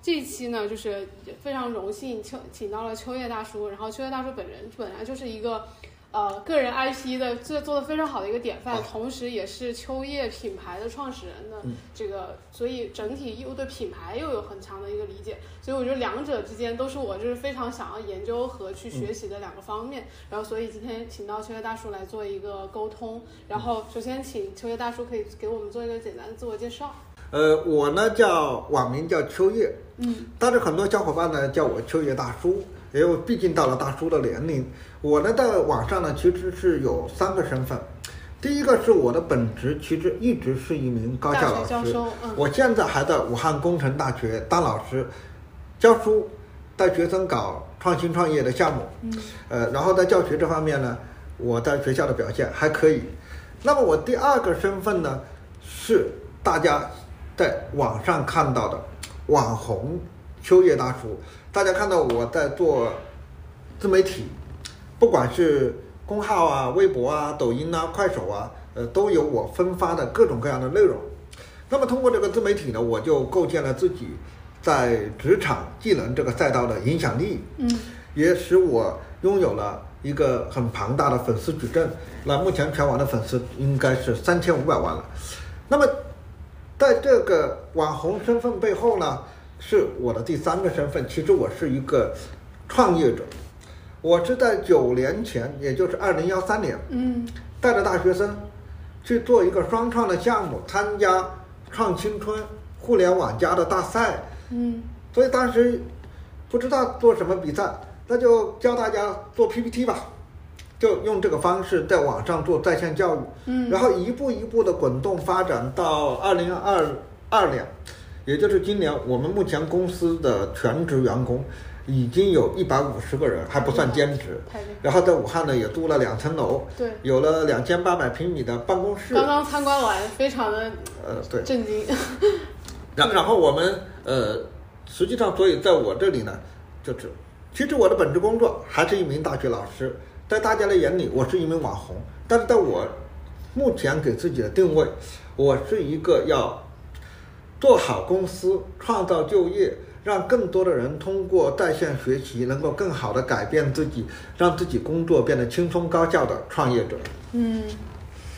这一期呢，就是非常荣幸秋请到了秋叶大叔，然后秋叶大叔本人本来就是一个。呃，个人 IP 的做做的非常好的一个典范，啊同时也是秋叶品牌的创始人的嗯这个，所以整体又对品牌又有很强的一个理解，所以我觉得两者之间都是我就是非常想要研究和去学习的两个方面。然后，所以今天请到秋叶大叔来做一个沟通。然后，首先请秋叶大叔可以给我们做一个简单的自我介绍。呃，我呢叫网名叫秋叶，嗯，但是很多小伙伴呢叫我秋叶大叔，因为我毕竟到了大叔的年龄。我呢在网上呢其实是有三个身份，第一个是我的本职，其实一直是一名高校大老学师，教授，嗯，我现在还在武汉工程大学当老师，教书，带学生搞创新创业的项目。嗯，呃，然后在教学这方面呢，我在学校的表现还可以。那么我第二个身份呢，是大家在网上看到的网红秋叶大叔。大家看到我在做自媒体，不管是公号啊、微博啊、抖音啊、快手啊，呃，都有我分发的各种各样的内容。那么通过这个自媒体呢，我就构建了自己在职场技能这个赛道的影响力，嗯，也使我拥有了一个很庞大的粉丝矩阵。那目前全网的粉丝应该是三千五百万了。那么在这个网红身份背后呢，是我的第三个身份。其实我是一个创业者，我是在九年前，也就是二零幺三年，嗯，带着大学生去做一个双创的项目，参加创青春互联网加的大赛，嗯，所以当时不知道做什么比赛，那就教大家做 PPT 吧，就用这个方式在网上做在线教育，嗯然后一步一步的滚动发展到二零二二年，也就是今年，我们目前公司的全职员工已经有一百五十个人，还不算兼职。太厉害了。然后在武汉呢，也租了两层楼，对，有了两千八百平米的办公室，刚刚参观完，非常的呃，对，震惊。 然然后我们呃，实际上，所以在我这里呢，就是其实我的本职工作还是一名大学老师，在大家的眼里，我是一名网红，但是在我目前给自己的定位，我是一个要做好公司，创造就业。让更多的人通过在线学习，能够更好的改变自己，让自己工作变得轻松高效的创业者。嗯，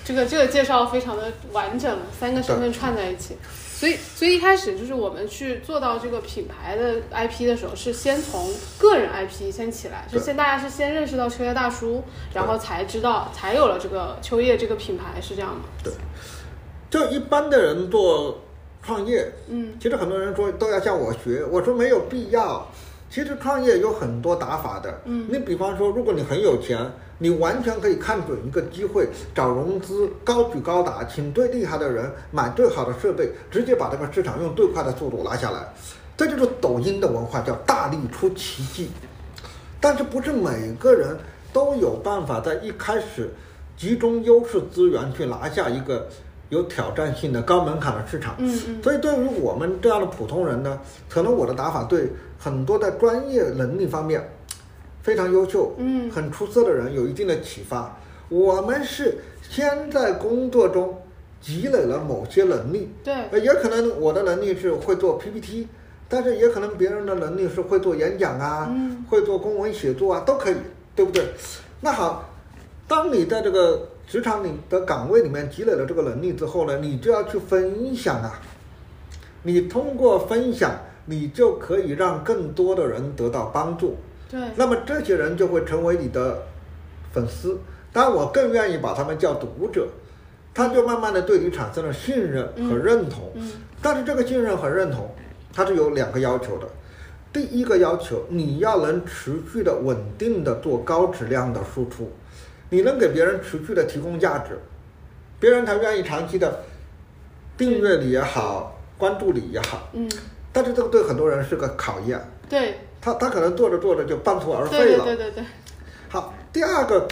这个这个介绍非常的完整，三个身份串在一起。所以，所以一开始就是我们去做到这个品牌的 IP 的时候，是先从个人 IP 先起来，是对先大家是先认识到秋叶大叔，然后才知道才有了这个秋叶这个品牌，是这样吗？对，就一般的人做创业，嗯，其实很多人说都要向我学，我说没有必要。其实创业有很多打法的，嗯，你比方说，如果你很有钱，你完全可以看准一个机会，找融资，高举高打，请最厉害的人，买最好的设备，直接把这个市场用最快的速度拿下来。这就是抖音的文化，叫大力出奇迹。但是不是每个人都有办法在一开始集中优势资源去拿下一个有挑战性的高门槛的市场。嗯嗯所以对于我们这样的普通人呢，可能我的打法对很多在专业能力方面非常优秀、嗯很出色的人有一定的启发。我们是先在工作中积累了某些能力，对，呃，也可能我的能力是会做 PPT，但是也可能别人的能力是会做演讲啊，嗯会做公文写作啊，都可以，对不对？那好，当你在这个职场里的岗位里面积累了这个能力之后呢，你就要去分享啊，你通过分享，你就可以让更多的人得到帮助。对，那么这些人就会成为你的粉丝，当然我更愿意把他们叫读者，他就慢慢的对你产生了信任和认同。嗯嗯但是这个信任和认同，它是有两个要求的。第一个要求，你要能持续的稳定的做高质量的输出，你能给别人持续的提供价值，别人才愿意长期的订阅你也好，关注你也好。嗯，但是这个对很多人是个考验，对，他他可能做着做着就半途而对废对了。对对对，好，第二个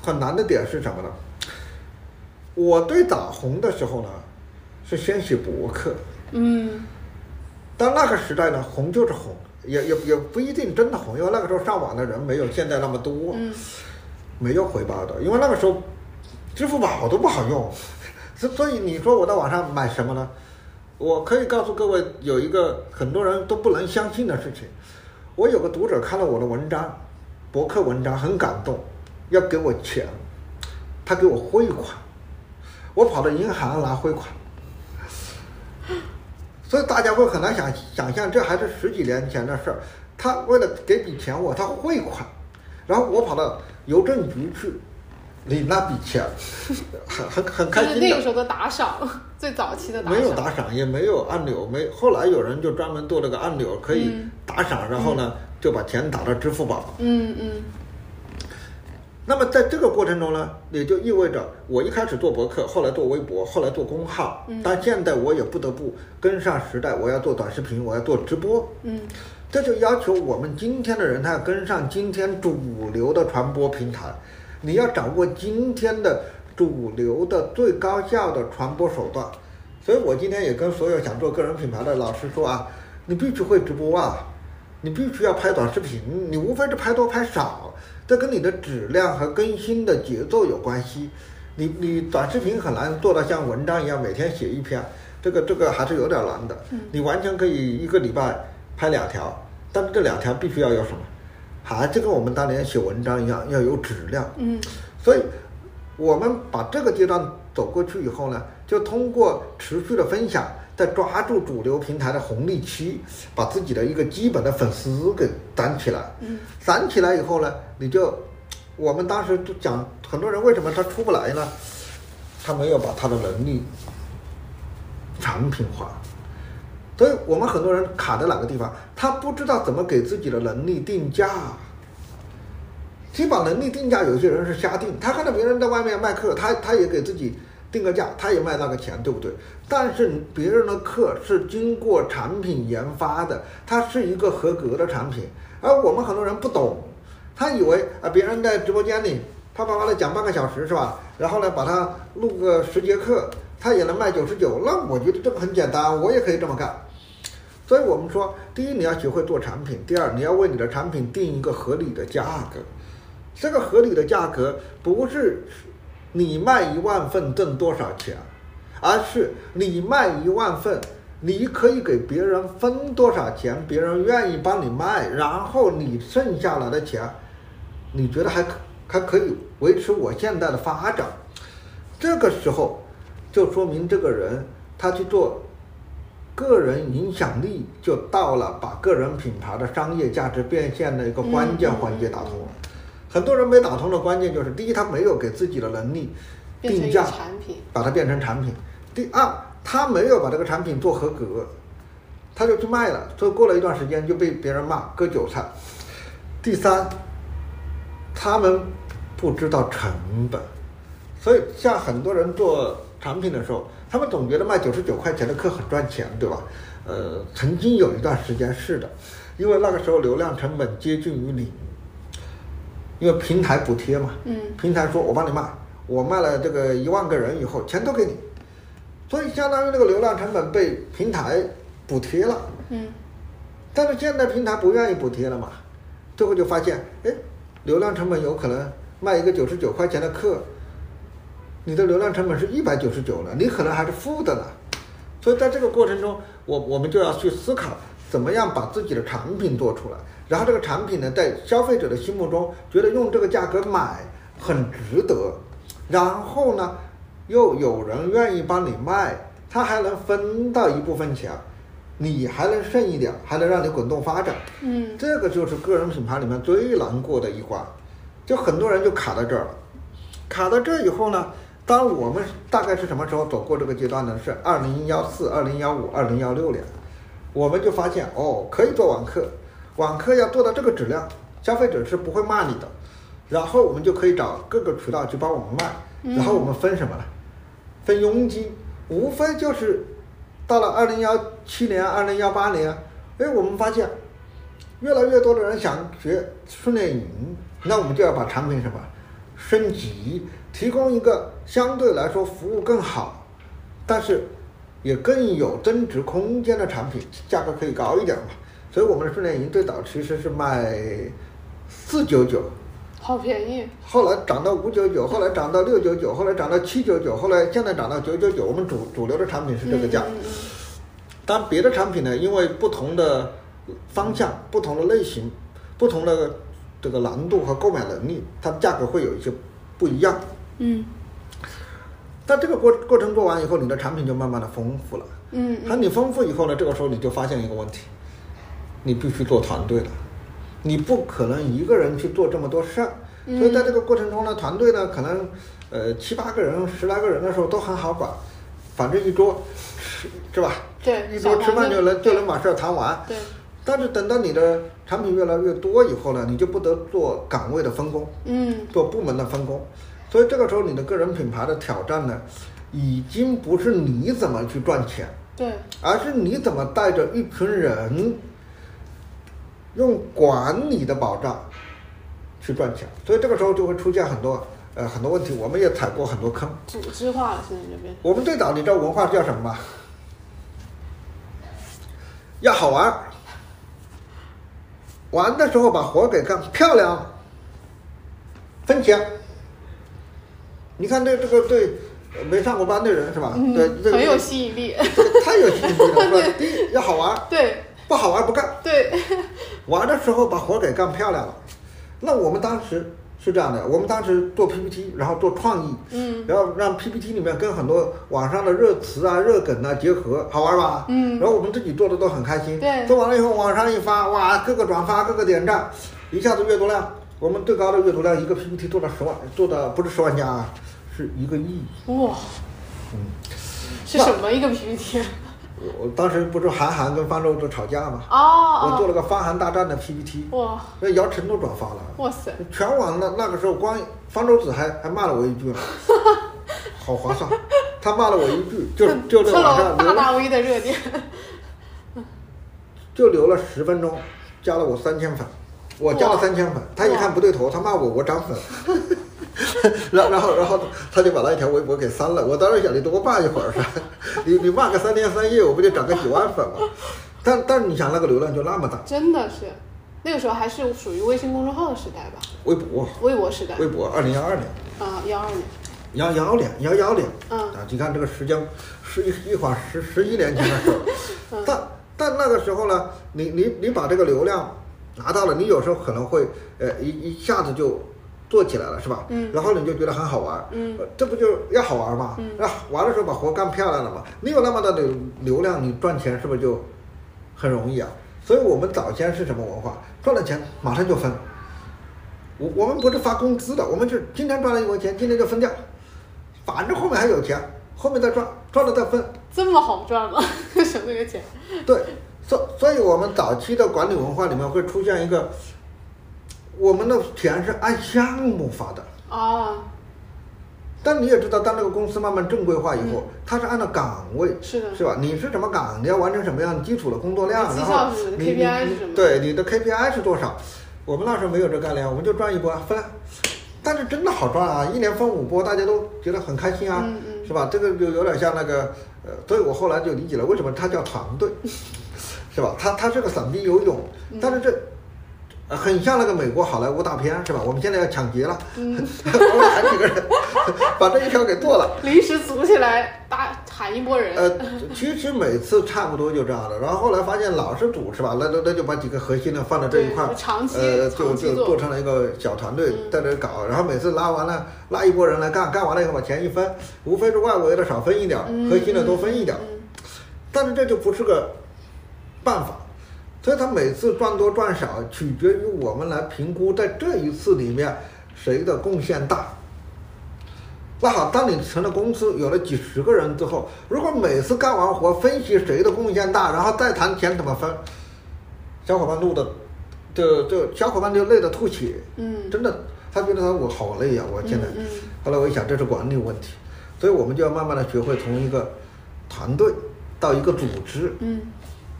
很难的点是什么呢？我最早红的时候呢，是先写博客，嗯，但那个时代呢，红就是红，也也也不一定真的红，因为那个时候上网的人没有现在那么多，嗯没有回报的，因为那个时候支付宝都不好用，所所以你说我在网上买什么呢？我可以告诉各位，有一个很多人都不能相信的事情。我有个读者看了我的文章，博客文章很感动，要给我钱，他给我汇款，我跑到银行拿汇款。所以大家会很难想想象，这还是十几年前的事儿。他为了给笔钱我，他汇款，然后我跑到邮政局去领那笔钱，很很很开就是心那个的时。候的打赏， 最早期的打赏。没有打赏，也没有按钮，没。后来有人就专门做了个按钮，可以嗯打赏，然后呢就把钱打到支付宝。嗯嗯那么在这个过程中呢，也就意味着我一开始做博客，后来做微博，后来做公号，但现在我也不得不跟上时代，我要做短视频，我要做直播。嗯这就要求我们今天的人，他要跟上今天主流的传播平台，你要掌握今天的主流的最高效的传播手段。所以我今天也跟所有想做个人品牌的老师说啊，你必须会直播啊，你必须要拍短视频，你无非是拍多拍少，这跟你的质量和更新的节奏有关系。你你短视频很难做到像文章一样每天写一篇，这个这个还是有点难的。你完全可以一个礼拜拍两条，但是这两条必须要有什么，还是跟我们当年写文章一样要有质量。嗯所以，我们把这个阶段走过去以后呢，就通过持续的分享，再抓住主流平台的红利期，把自己的一个基本的粉丝给攒起来。嗯，攒起来以后呢，你就，我们当时就讲，很多人为什么他出不来呢？他没有把他的能力产品化。所以我们很多人卡在哪个地方，他不知道怎么给自己的能力定价。其实把能力定价，有些人是瞎定，他看到别人在外面卖课，他他也给自己定个价，他也卖那个钱，对不对？但是别人的课是经过产品研发的，它是一个合格的产品，而我们很多人不懂，他以为啊别人在直播间里啪啪啪的讲半个小时是吧？然后呢把它录个十节课，他也能卖九十九，那我觉得这个很简单，我也可以这么干。所以我们说，第一你要学会做产品，第二你要为你的产品定一个合理的价格。这个合理的价格不是你卖一万份挣多少钱，而是你卖一万份，你可以给别人分多少钱，别人愿意帮你卖，然后你剩下来的钱，你觉得还可还可以维持我现在的发展，这个时候就说明这个人他去做个人影响力就到了把个人品牌的商业价值变现的一个关键环节打通了。很多人没打通的关键就是，第一，他没有给自己的能力变成定一个价，产品。把它变成产品；第二，他没有把这个产品做合格，他就去卖了，所以过了一段时间就被别人骂割韭菜；第三，他们不知道成本，所以像很多人做产品的时候，他们总觉得卖九十九块钱的课很赚钱，对吧？呃，曾经有一段时间是的，因为那个时候流量成本接近于零，因为平台补贴嘛，嗯平台说我帮你卖，我卖了这个一万个人以后，钱都给你，所以相当于这个流量成本被平台补贴了。嗯但是现在平台不愿意补贴了嘛，最后就发现，哎，流量成本有可能卖一个九十九块钱的课，你的流量成本是一百九十九了，你可能还是负的呢。所以在这个过程中，我我们就要去思考，怎么样把自己的产品做出来，然后这个产品呢，在消费者的心目中觉得用这个价格买很值得，然后呢，又有人愿意帮你卖，他还能分到一部分钱，你还能剩一点，还能让你滚动发展。嗯这个就是个人品牌里面最难过的一关，就很多人就卡在这儿了。卡到这儿以后呢，当我们大概是什么时候走过这个阶段呢？是二零幺四、二零幺五、二零幺六年，我们就发现哦，可以做网课，网课要做到这个质量，消费者是不会骂你的。然后我们就可以找各个渠道去帮我们卖，然后我们分什么呢？分佣金，无非就是到了二零幺七年、二零幺八年，哎，我们发现越来越多的人想学训练营，那我们就要把产品什么升级，提供一个相对来说服务更好，但是也更有增值空间的产品，价格可以高一点嘛。所以我们的训练营最早其实是卖四九九，好便宜。后来涨到五九九，后来涨到六九九，后来涨到七九九，后来现在涨到九九九。我们主主流的产品是这个价。嗯嗯嗯当然，别的产品呢，因为不同的方向、不同的类型、不同的这个难度和购买能力，它的价格会有一些不一样。嗯在这个过过程做完以后，你的产品就慢慢的丰富了。嗯那你丰富以后呢，这个时候你就发现一个问题，你必须做团队了，你不可能一个人去做这么多事儿。嗯所以在这个过程中呢，团队呢可能呃七八个人、十来个人的时候都很好管，反正一桌吃是吧？对一小桌团吃饭队就能就对能把事儿谈完。对，但是等到你的产品越来越多以后呢，你就不得做岗位的分工，嗯做部门的分工，所以这个时候你的个人品牌的挑战呢，已经不是你怎么去赚钱，对，而是你怎么带着一群人，用管理的保障去赚钱。所以这个时候就会出现很多呃很多问题，我们也踩过很多坑。组织化了，现在这边我们最早你知道文化叫什么吗？要好玩儿，玩的时候把活儿给干，漂亮，分钱。你看这这个对呃没上过班的人是吧？嗯对，这个很有吸引力， 这个太有吸引力了。是吧第一要好玩儿，对不好玩儿不干。对，玩的时候把活儿给干漂亮了。那我们当时是这样的，我们当时做 PPT，然后做创意，嗯，然后让 PPT 里面跟很多网上的热词啊、热梗啊结合，好玩吧？嗯然后我们自己做的都很开心，对做完了以后网上一发，哇，各个转发，各个点赞，一下子阅读量，我们最高的阅读量一个 PPT 做到十万，做到不是十万加啊，是一个亿。哇，是什么一个 PPT？我我当时不是韩寒跟方舟都吵架吗？我哦做了个方韩大战的 PPT，哦，哇那姚晨都转发了。哇塞，全网那那个时候光方舟子还还骂了我一句呢，好划算。他骂了我一句，就就在蹭网了上大留了大 V 的热点， 就留了十分钟，加了我三千粉，我加了哇三千粉。他一看哇不对头，他骂我我涨粉，然然后然后他就把那一条微博给删了。我当时想你多骂一会儿噻， 你你骂个三天三夜，我不就涨个几万粉吗？但但是你想那个流量就那么大，真的是，那个时候还是属于微信公众号的时代吧，微博微博时代，微博二零幺二年。啊，幺二年，幺幺年，幺幺年，嗯啊，你看这个时间，十一一晃十十一年前的事嗯儿，但但那个时候呢，你你你把这个流量拿到了，你有时候可能会呃一一下子就做起来了，是吧？嗯然后你就觉得很好玩，嗯呃，这不就要好玩嘛？嗯啊，玩的时候把活干漂亮了嘛。你有那么大的流流量，你赚钱是不是就很容易啊？所以我们早先是什么文化？赚了钱马上就分。我我们不是发工资的，我们是今天赚了一块钱，今天就分掉，反正后面还有钱，后面再赚，赚了再分。这么好赚吗？ 省那个钱，对，所所以我们早期的管理文化里面会出现一个，我们的钱是按项目发的。啊，但你也知道，当这个公司慢慢正规化以后，它是按照岗位，嗯是的是吧？你是什么岗，你要完成什么样基础的工作量，你然绩效后是什么你 KPI 你是什么对，你的 KPI 是多少？我们那时候没有这概念，我们就赚一波分，但是真的好赚啊！一年分五波，大家都觉得很开心啊，嗯嗯是吧？这个就有点像那个，呃，所以我后来就理解了为什么它叫团 队，是吧？它它是个散兵游泳，嗯但是这。呃很像那个美国好莱坞大片是吧？我们现在要抢劫了， 嗯，我们喊几个人 把这一条给剁了。临时组起来大喊一波人，呃，其实每次差不多就这样的，然后后来发现老是组是吧？那那那就把几个核心的放在这一块儿对，长期呃，就长期就做嗯做成了一个小团队在这搞，然后每次拉完了拉一波人来干，干完了以后把钱一分，无非是外围的少分一点儿，嗯核心的多分一点儿，嗯但是这就不是个办法，所以他每次赚多赚少取决于我们来评估在这一次里面谁的贡献大。那好，当你成了公司有了几十个人之后，如果每次干完活分析谁的贡献大，然后再谈钱怎么分，小伙伴录的，就就小伙伴就累得吐血，嗯真的，他觉得他我好累呀、啊我现在。嗯嗯后来我一想，这是管理问题，所以我们就要慢慢的学会从一个团队到一个组织，嗯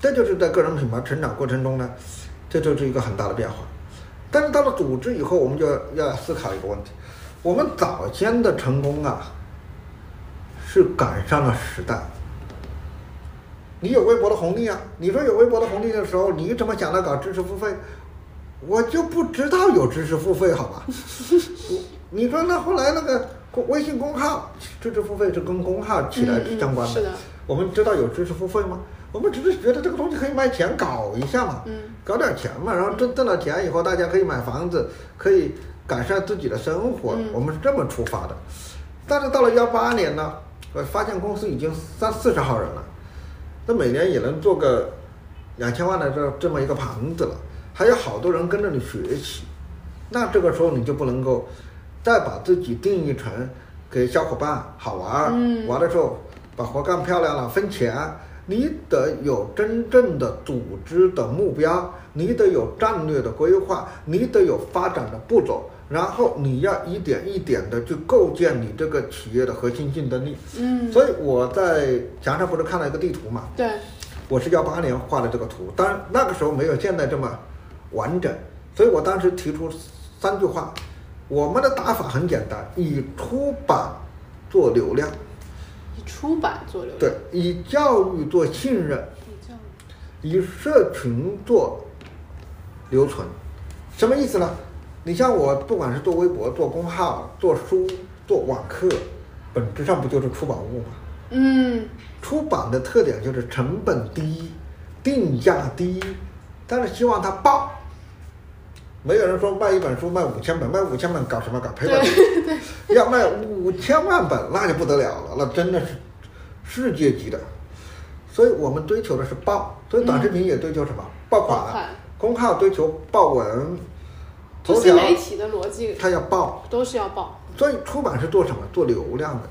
这就是在个人品牌成长过程中呢，这就是一个很大的变化。但是到了组织以后，我们就要思考一个问题：我们早先的成功啊，是赶上了时代。你有微博的红利啊，你说有微博的红利的时候，你怎么想到搞知识付费？我就不知道有知识付费，好吧？ 我你说那后来那个公微信公号知识付费是跟公号起来嗯嗯相关是的我们知道有知识付费吗？我们只是觉得这个东西可以卖钱搞一下嘛，嗯搞点钱嘛，然后挣挣了钱以后，大家可以买房子，可以改善自己的生活，嗯我们是这么出发的。但是到了幺八年呢，我发现公司已经三四十号人了，那每年也能做个两千万的这这么一个盘子了，还有好多人跟着你学习，那这个时候你就不能够再把自己定义成给小伙伴好玩儿，嗯玩的时候把活干漂亮了分钱，你得有真正的组织的目标，你得有战略的规划，你得有发展的步骤。然后你要一点一点的去构建你这个企业的核心竞争力。嗯，所以我在墙上不是看了一个地图嘛，对，我是幺八年画的这个图，当然那个时候没有现在这么完整，所以我当时提出三句话。我们的打法很简单，以出版做流量，以出版做流量，对，以教育做信任，以教育，以社群做留存，什么意思呢？你像我，不管是做微博、做公号、做书、做网课，本质上不就是出版物吗？嗯出版的特点就是成本低、定价低，但是希望它爆。没有人说卖一本书卖五千本，卖五千本搞什么？搞赔本。要卖五千万本，那就不得了了，那真的是世界级的。所以我们追求的是爆，所以短视频也追求什么、爆款，嗯啊爆款公号追求爆文，就头新条媒体的逻辑它要爆，都是要报，所以出版是做什么？做流量的，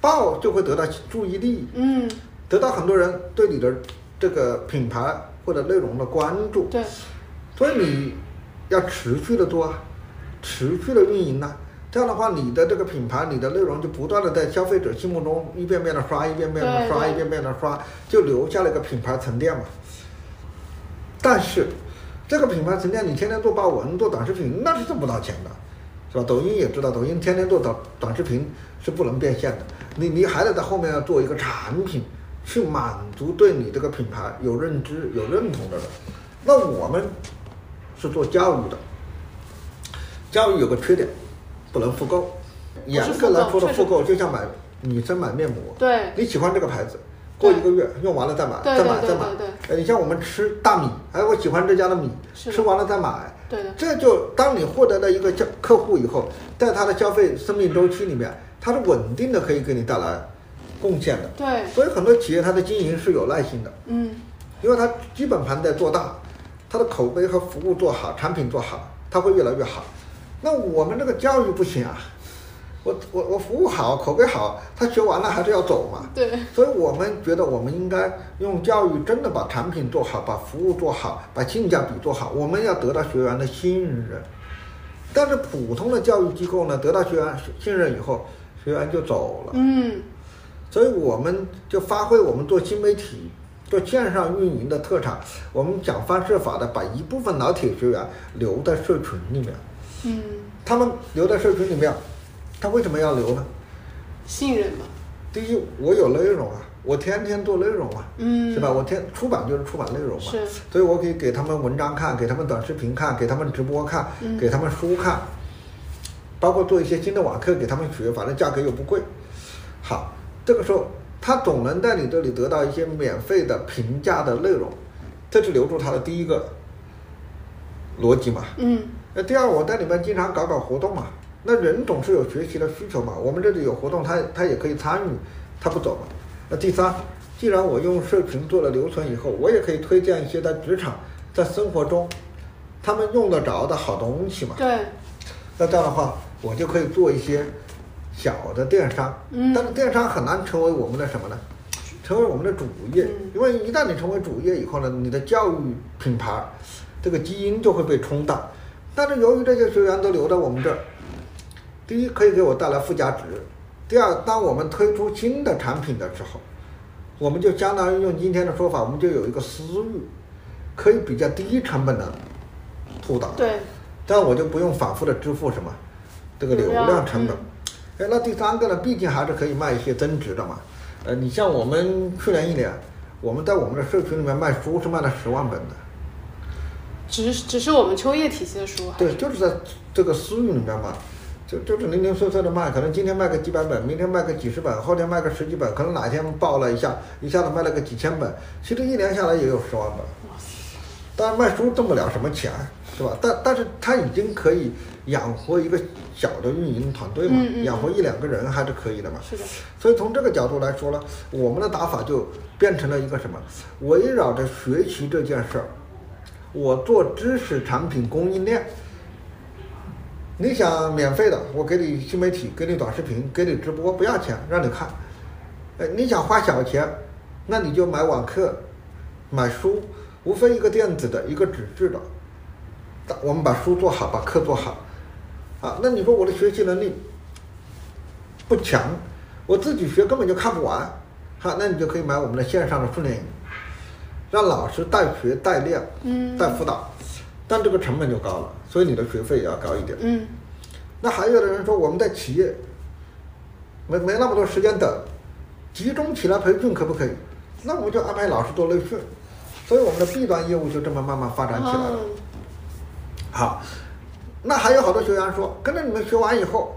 爆就会得到注意力，嗯，得到很多人对你的这个品牌或者内容的关注，对，所以你要持续的做啊，持续的运营呐、这样的话，你的这个品牌、你的内容就不断的在消费者心目中一遍遍的刷，一遍遍的对刷，对一遍遍的刷，就留下了一个品牌沉淀嘛。但是这个品牌沉淀，你天天做爆文、做短视频，那是挣不到钱的，是吧？抖音也知道，抖音天天做短短视频是不能变现的，你你还得在后面要做一个产品，去满足对你这个品牌有认知、有认同的人。那我们是做教育的，教育有个缺点，不能复购。不是严格来复说购的复购，就像买女生买面膜，对，你喜欢这个牌子，过一个月用完了再买，对再买对再对买对。哎，你像我们吃大米，哎，我喜欢这家的米，是的吃完了再买。对的，这就当你获得了一个消客户以后，在他的消费生命周期里面，他是稳定的可以给你带来贡献的。对，所以很多企业它的经营是有耐心的，嗯，因为它基本盘在做大，它的口碑和服务做好，产品做好，它会越来越好。那我们这个教育不行啊，我我我服务好，口碑好，他学完了还是要走嘛。对，所以我们觉得我们应该用教育真的把产品做好，把服务做好，把性价比做好。我们要得到学员的信任。但是普通的教育机构呢，得到学员信任以后，学员就走了。嗯，所以我们就发挥我们做新媒体、做线上运营的特长，我们想方设法的把一部分老铁学员留在社群里面。嗯，他们留在社群里面，他为什么要留呢？信任嘛，第一，我有内容啊，我天天做内容啊，嗯，是吧？？我天出版就是出版内容嘛，是，所以我可以给他们文章看，给他们短视频看，给他们直播看，嗯给他们书看，包括做一些新的网课给他们学，反正价格又不贵。好，这个时候他总能在你这里得到一些免费的平价的内容，这是留住他的第一个逻辑嘛。嗯，那第二，我在里面经常搞搞活动嘛，那人总是有学习的需求嘛，我们这里有活动，他他也可以参与，他不走嘛。那第三，既然我用社群做了留存以后，我也可以推荐一些在职场、在生活中他们用得着的好东西嘛。对，那这样的话，我就可以做一些小的电商，嗯但是电商很难成为我们的什么呢？成为我们的主业，嗯因为一旦你成为主业以后呢，你的教育品牌这个基因就会被冲淡。但是由于这些学员都留在我们这儿，第一可以给我带来附加值，第二，当我们推出新的产品的时候，我们就相当于用今天的说法，我们就有一个私域，可以比较低成本的触达。对，但我就不用反复的支付什么这个流量成本。哎，那第三个呢，毕竟还是可以卖一些增值的嘛。呃，你像我们去年一年，我们在我们的社群里面卖书是卖了十万本的，只只是我们秋叶体系的书，还对，是就是在这个私域里面卖。就就是零零碎碎的卖，可能今天卖个几百本，明天卖个几十本，后天卖个十几本，可能哪天爆了一下，一下子卖了个几千本，其实一年下来也有十万本。当然卖书挣不了什么钱，是吧？但但是他已经可以养活一个小的运营团队嘛，嗯嗯嗯养活一两个人还是可以的嘛。是的，所以从这个角度来说呢，我们的打法就变成了一个什么？围绕着学习这件事儿，我做知识产品供应链。你想免费的，我给你新媒体，给你短视频，给你直播，不要钱，让你看。呃，你想花小钱，那你就买网课，买书，无非一个电子的，一个纸质的。但我们把书做好，把课做好，啊，那你说我的学习能力不强，我自己学根本就看不完，好，那你就可以买我们的线上的训练营，让老师带学带练，嗯带辅导，但这个成本就高了，所以你的学费也要高一点。嗯那还有的人说我们在企业没没那么多时间等，集中起来培训可不可以？那我们就安排老师做内训，所以我们的 B 端业务就这么慢慢发展起来了。嗯好，那还有好多学员说，跟着你们学完以后，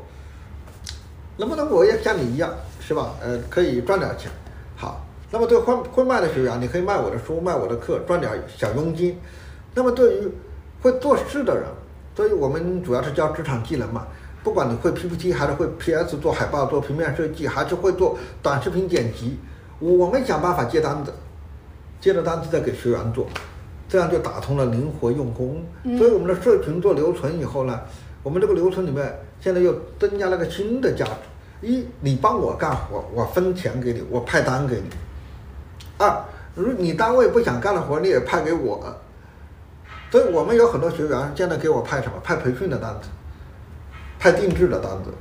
能不能我也像你一样，是吧？呃，可以赚点钱。好，那么对会会卖的学员，你可以卖我的书，卖我的课，赚点小佣金。那么对于会做事的人，所以我们主要是教职场技能嘛。不管你会 PPT 还是会 PS 做海报、做平面设计，还是会做短视频剪辑，我们想办法接单子，接着单子再给学员做，这样就打通了灵活用工。嗯所以我们的社群做留存以后呢，我们这个留存里面现在又增加了个新的价值：一，你帮我干活，我分钱给你，我派单给你；二，如你单位不想干的活，你也派给我。所以我们有很多学员现在给我派什么？派培训的单子，派定制的单子。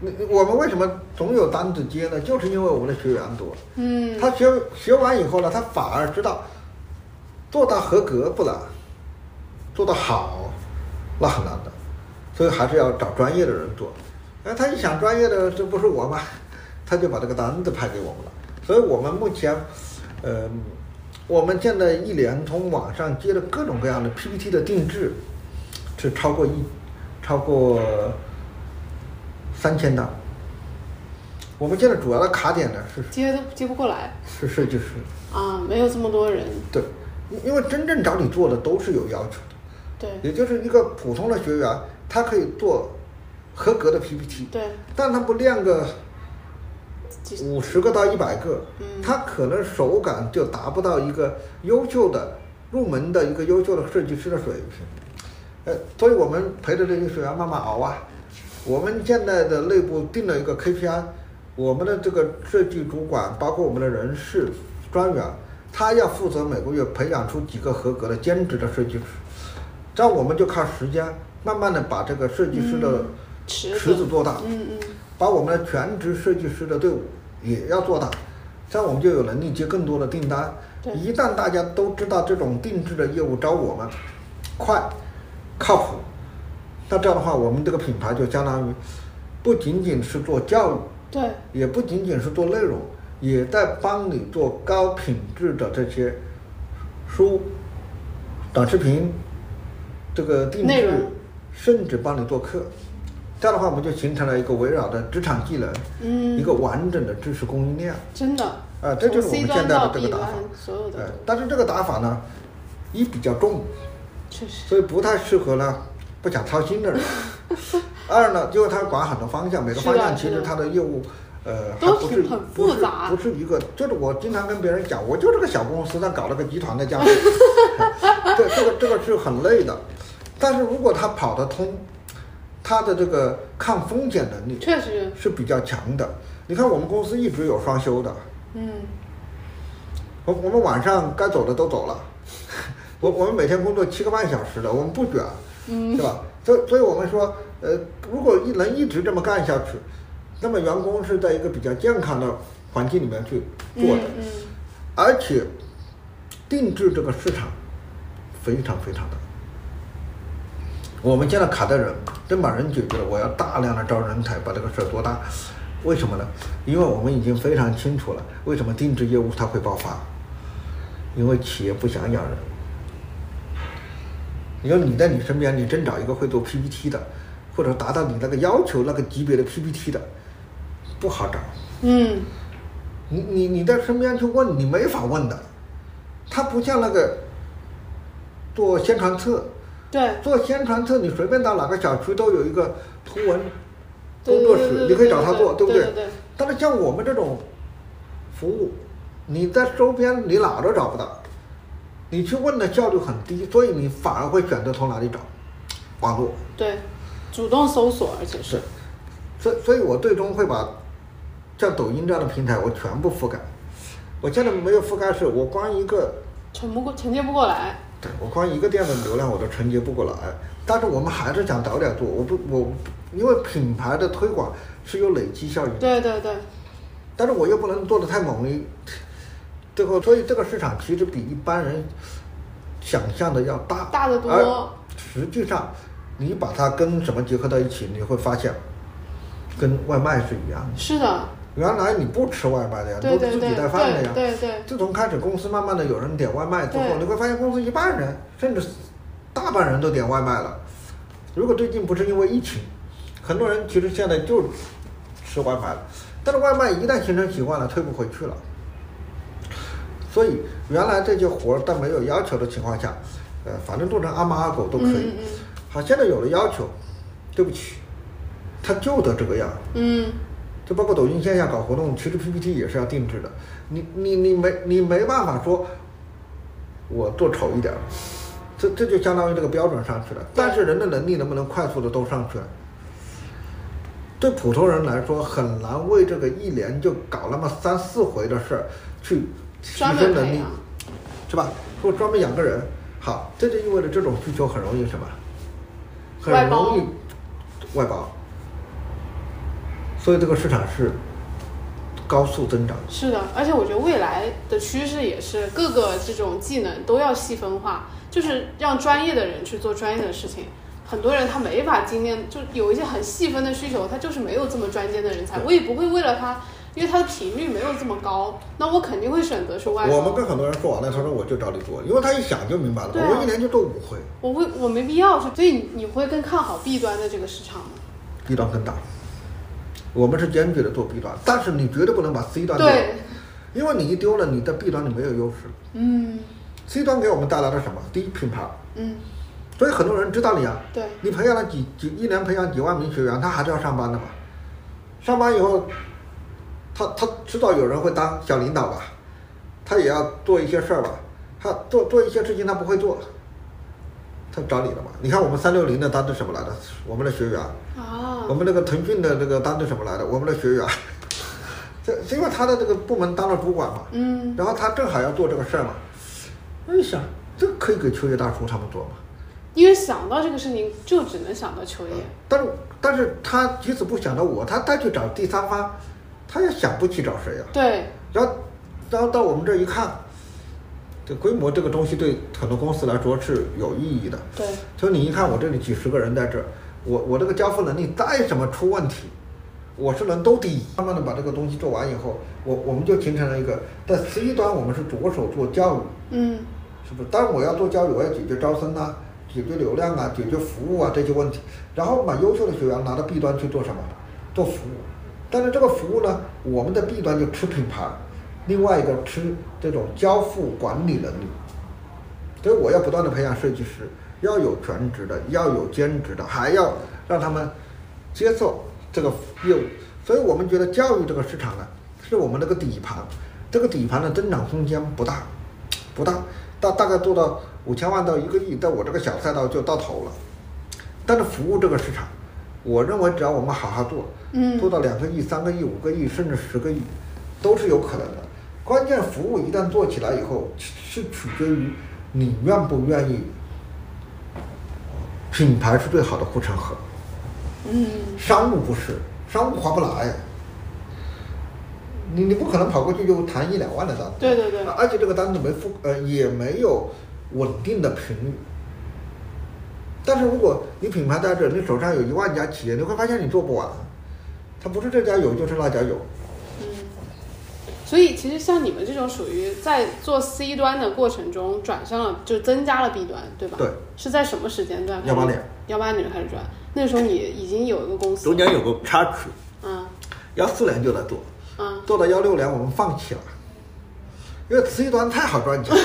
你我们为什么总有单子接呢？就是因为我们的学员多。嗯，他学学完以后呢，他反而知道做到合格不难，做到好那很难的，所以还是要找专业的人做。哎，他一想专业的这不是我吗？他就把这个单子派给我们了。所以我们目前，呃，我们现在一连从网上接的各种各样的 PPT 的定制，是超过一超过三千档。我们现在主要的卡点呢是接都接不过来是设计师，啊，没有这么多人，对，因因为真正找你做的都是有要求的，对也就是一个普通的学员，他可以做合格的 PPT，对，但他不练个几五十个到一百个嗯，他可能手感就达不到一个优秀的入门的一个优秀的设计师的水平。呃，所以我们陪着这些学员慢慢熬啊。我们现在的内部定了一个 KPI，我们的这个设计主管，包括我们的人事专员，他要负责每个月培养出几个合格的兼职的设计师，这样我们就靠时间慢慢的把这个设计师的池池子子，做大。嗯嗯，把我们的全职设计师的队伍也要做大，这样我们就有能力接更多的订单对。一旦大家都知道这种定制的业务找我们，快、靠谱，那这样的话，我们这个品牌就相当于不仅仅是做教育，对，也不仅仅是做内容，也在帮你做高品质的这些书、短视频、这个定内制容，甚至帮你做课。这样的话，我们就形成了一个围绕着职场技能，嗯，一个完整的知识供应链。真的，啊这就是从我们 C 现端在的到这 B 个打端法，所有呃的，但是这个打法呢，一比较重，都确实，所以不太适合呢不想操心 的人。二呢，因为它管很多方向，每个是的方向其是实的它的业务，呃，还都不是是很不复是杂不是一个。就是我经常跟别人讲，我就是个小公司，但搞了个集团的架 构，这这个这个是很累的。但是如果他跑得通，他的这个抗风险能力确实，是比较强的。你看我们公司一直有双休的，嗯，我我们晚上该走的都走了， 我我们每天工作七个半小时的，我们不卷，嗯，是吧？所以所以我们说，呃，如果一能一直这么干下去，那么员工是在一个比较健康的环境里面去做嗯的，嗯，而且定制这个市场非常非常大。我们现在卡在人，真把人解决了，我要大量的招人才，把这个事儿做大。为什么呢？因为我们已经非常清楚了，为什么定制业务它会爆发，因为企业不想养人。你说你在你身边，你真找一个会做 PPT 的，或者达到你那个要求那个级别的 PPT 的，不好找。嗯你你你在身边去问，你没法问的。它不像那个做宣传册，对，做宣传册你随便到哪个小区都有一个图文对工作室，你可以找他做，对不对？对对但是像我们这种服务，你在周边你哪都找不到，你去问的效率很低，所以你反而会选择从哪里找网络。对，主动搜索，而且是是，所以所以我最终会把像抖音这样的平台我全部覆盖。我现在没有覆盖是，我光一个，沉不过承接不过来。对我光一个店的流量我都承接不过来。但是我们还是想早点做，我不我因为品牌的推广是有累积效应的。对对对，但是我又不能做的太猛了，最后所以这个市场其实比一般人想象的要大大得多而实际上，你把它跟什么结合到一起，你会发现，跟外卖是一样的。是的，原来你不吃外卖的呀，对都对是自对己带饭的对呀。对对，自从开始公司慢慢的有人点外卖之后，对你会发现公司一半人甚至大半人都点外卖了。如果最近不是因为疫情，很多人其实现在就吃外卖了，但是外卖一旦形成习惯了，退不回去了。所以原来这些活儿在没有要求的情况下，呃，反正做成阿猫阿狗都可以嗯。好，现在有了要求，对不起，他就得这个样儿。嗯就包括抖音线下搞活动，其实 PPT 也是要定制的。你你你没你没办法说，我做丑一点儿，这这就相当于这个标准上去了。但是人的能力能不能快速的都上去了？对普通人来说，很难为这个一年就搞那么三四回的事儿去提专升门能培力养，是吧？如果专门养个人，好，这就意味着这种需求很容易什么？很外包容易外包。所以这个市场是高速增长。是的，而且我觉得未来的趋势也是各个这种技能都要细分化，就是让专业的人去做专业的事情。很多人他没法经验，就有一些很细分的需求，他就是没有这么专尖的人才。我也不会为了他，因为他的频率没有这么高，那我肯定会选择去哎外我们包。跟很多人说完了，他说我就找你做，因为他一想就明白了，对啊我一年就做五回，我会，我没必要去。所以你你会更看好 B 端的这个市场吗？ B 端更大。我们是坚决的做 B 端，但是你绝对不能把 C 端丢了，对，因为你一丢了，你在 B 端你没有优势。嗯 C 端给我们带来了什么？第一，品牌，嗯，所以很多人知道你啊，对，你培养了几几一年培养几万名学员，他还是要上班的嘛。上班以后，他他迟早有人会当小领导吧，他也要做一些事儿吧，他做做一些事情他不会做，他找你了嘛。你看我们三六零的单子什么来的？我们的学员，啊我，们那个腾讯的这个单子什么来的？我们的学员， 这是因为他的这个部门当了主管嘛，嗯，然后他正好要做这个事儿嘛，那你想，这可以给秋叶大叔他们做嘛？因为想到这个事情，就只能想到秋叶。但是但是他即使不想到我，他再去找第三方，他也想不起找谁啊。对，然后然后到我们这儿一看，这规模这个东西对很多公司来说是有意义的。对，所以你一看我这里几十个人在这儿，我我这个交付能力再怎么出问题，我是能都第一。慢慢的把这个东西做完以后，我我们就形成了一个在 C 端我们是着手做教育，嗯，是不是？当然我要做教育，我要解决招生啊，解决流量啊，解决服务啊这些问题，然后把优秀的学员拿到 B 端去做什么？做服务。但是这个服务呢，我们的 B 端就吃品牌，另外一个吃这种交付管理能力。所以我要不断的培养设计师，要有全职的，要有兼职的，还要让他们接受这个业务。所以我们觉得教育这个市场呢，是我们这个底盘，这个底盘的增长空间不大，不大，大大概做到五千万到一个亿，在我这个小赛道就到头了。但是服务这个市场，我认为只要我们好好做，嗯做到两个亿、三个亿、五个亿，甚至十个亿，都是有可能的。关键服务一旦做起来以后，是取决于你愿不愿意。呃品牌是最好的护城河，嗯，商务不是，商务划不来。你你不可能跑过去就谈一两万的单子，对对对，啊而且这个单子没覆呃也没有稳定的频率。但是如果你品牌在这，你手上有一万家企业，你会发现你做不完，它不是这家有就是那家有。嗯。所以其实像你们这种属于在做 C 端的过程中转向了，就增加了 B 端，对吧？对。是在什么时间段？ 18年。幺八年开始转，那时候你已经有一个公司中了，间有个插曲，嗯幺四年就在做，嗯，做到幺六年我们放弃了，因为慈禧端太好赚钱了。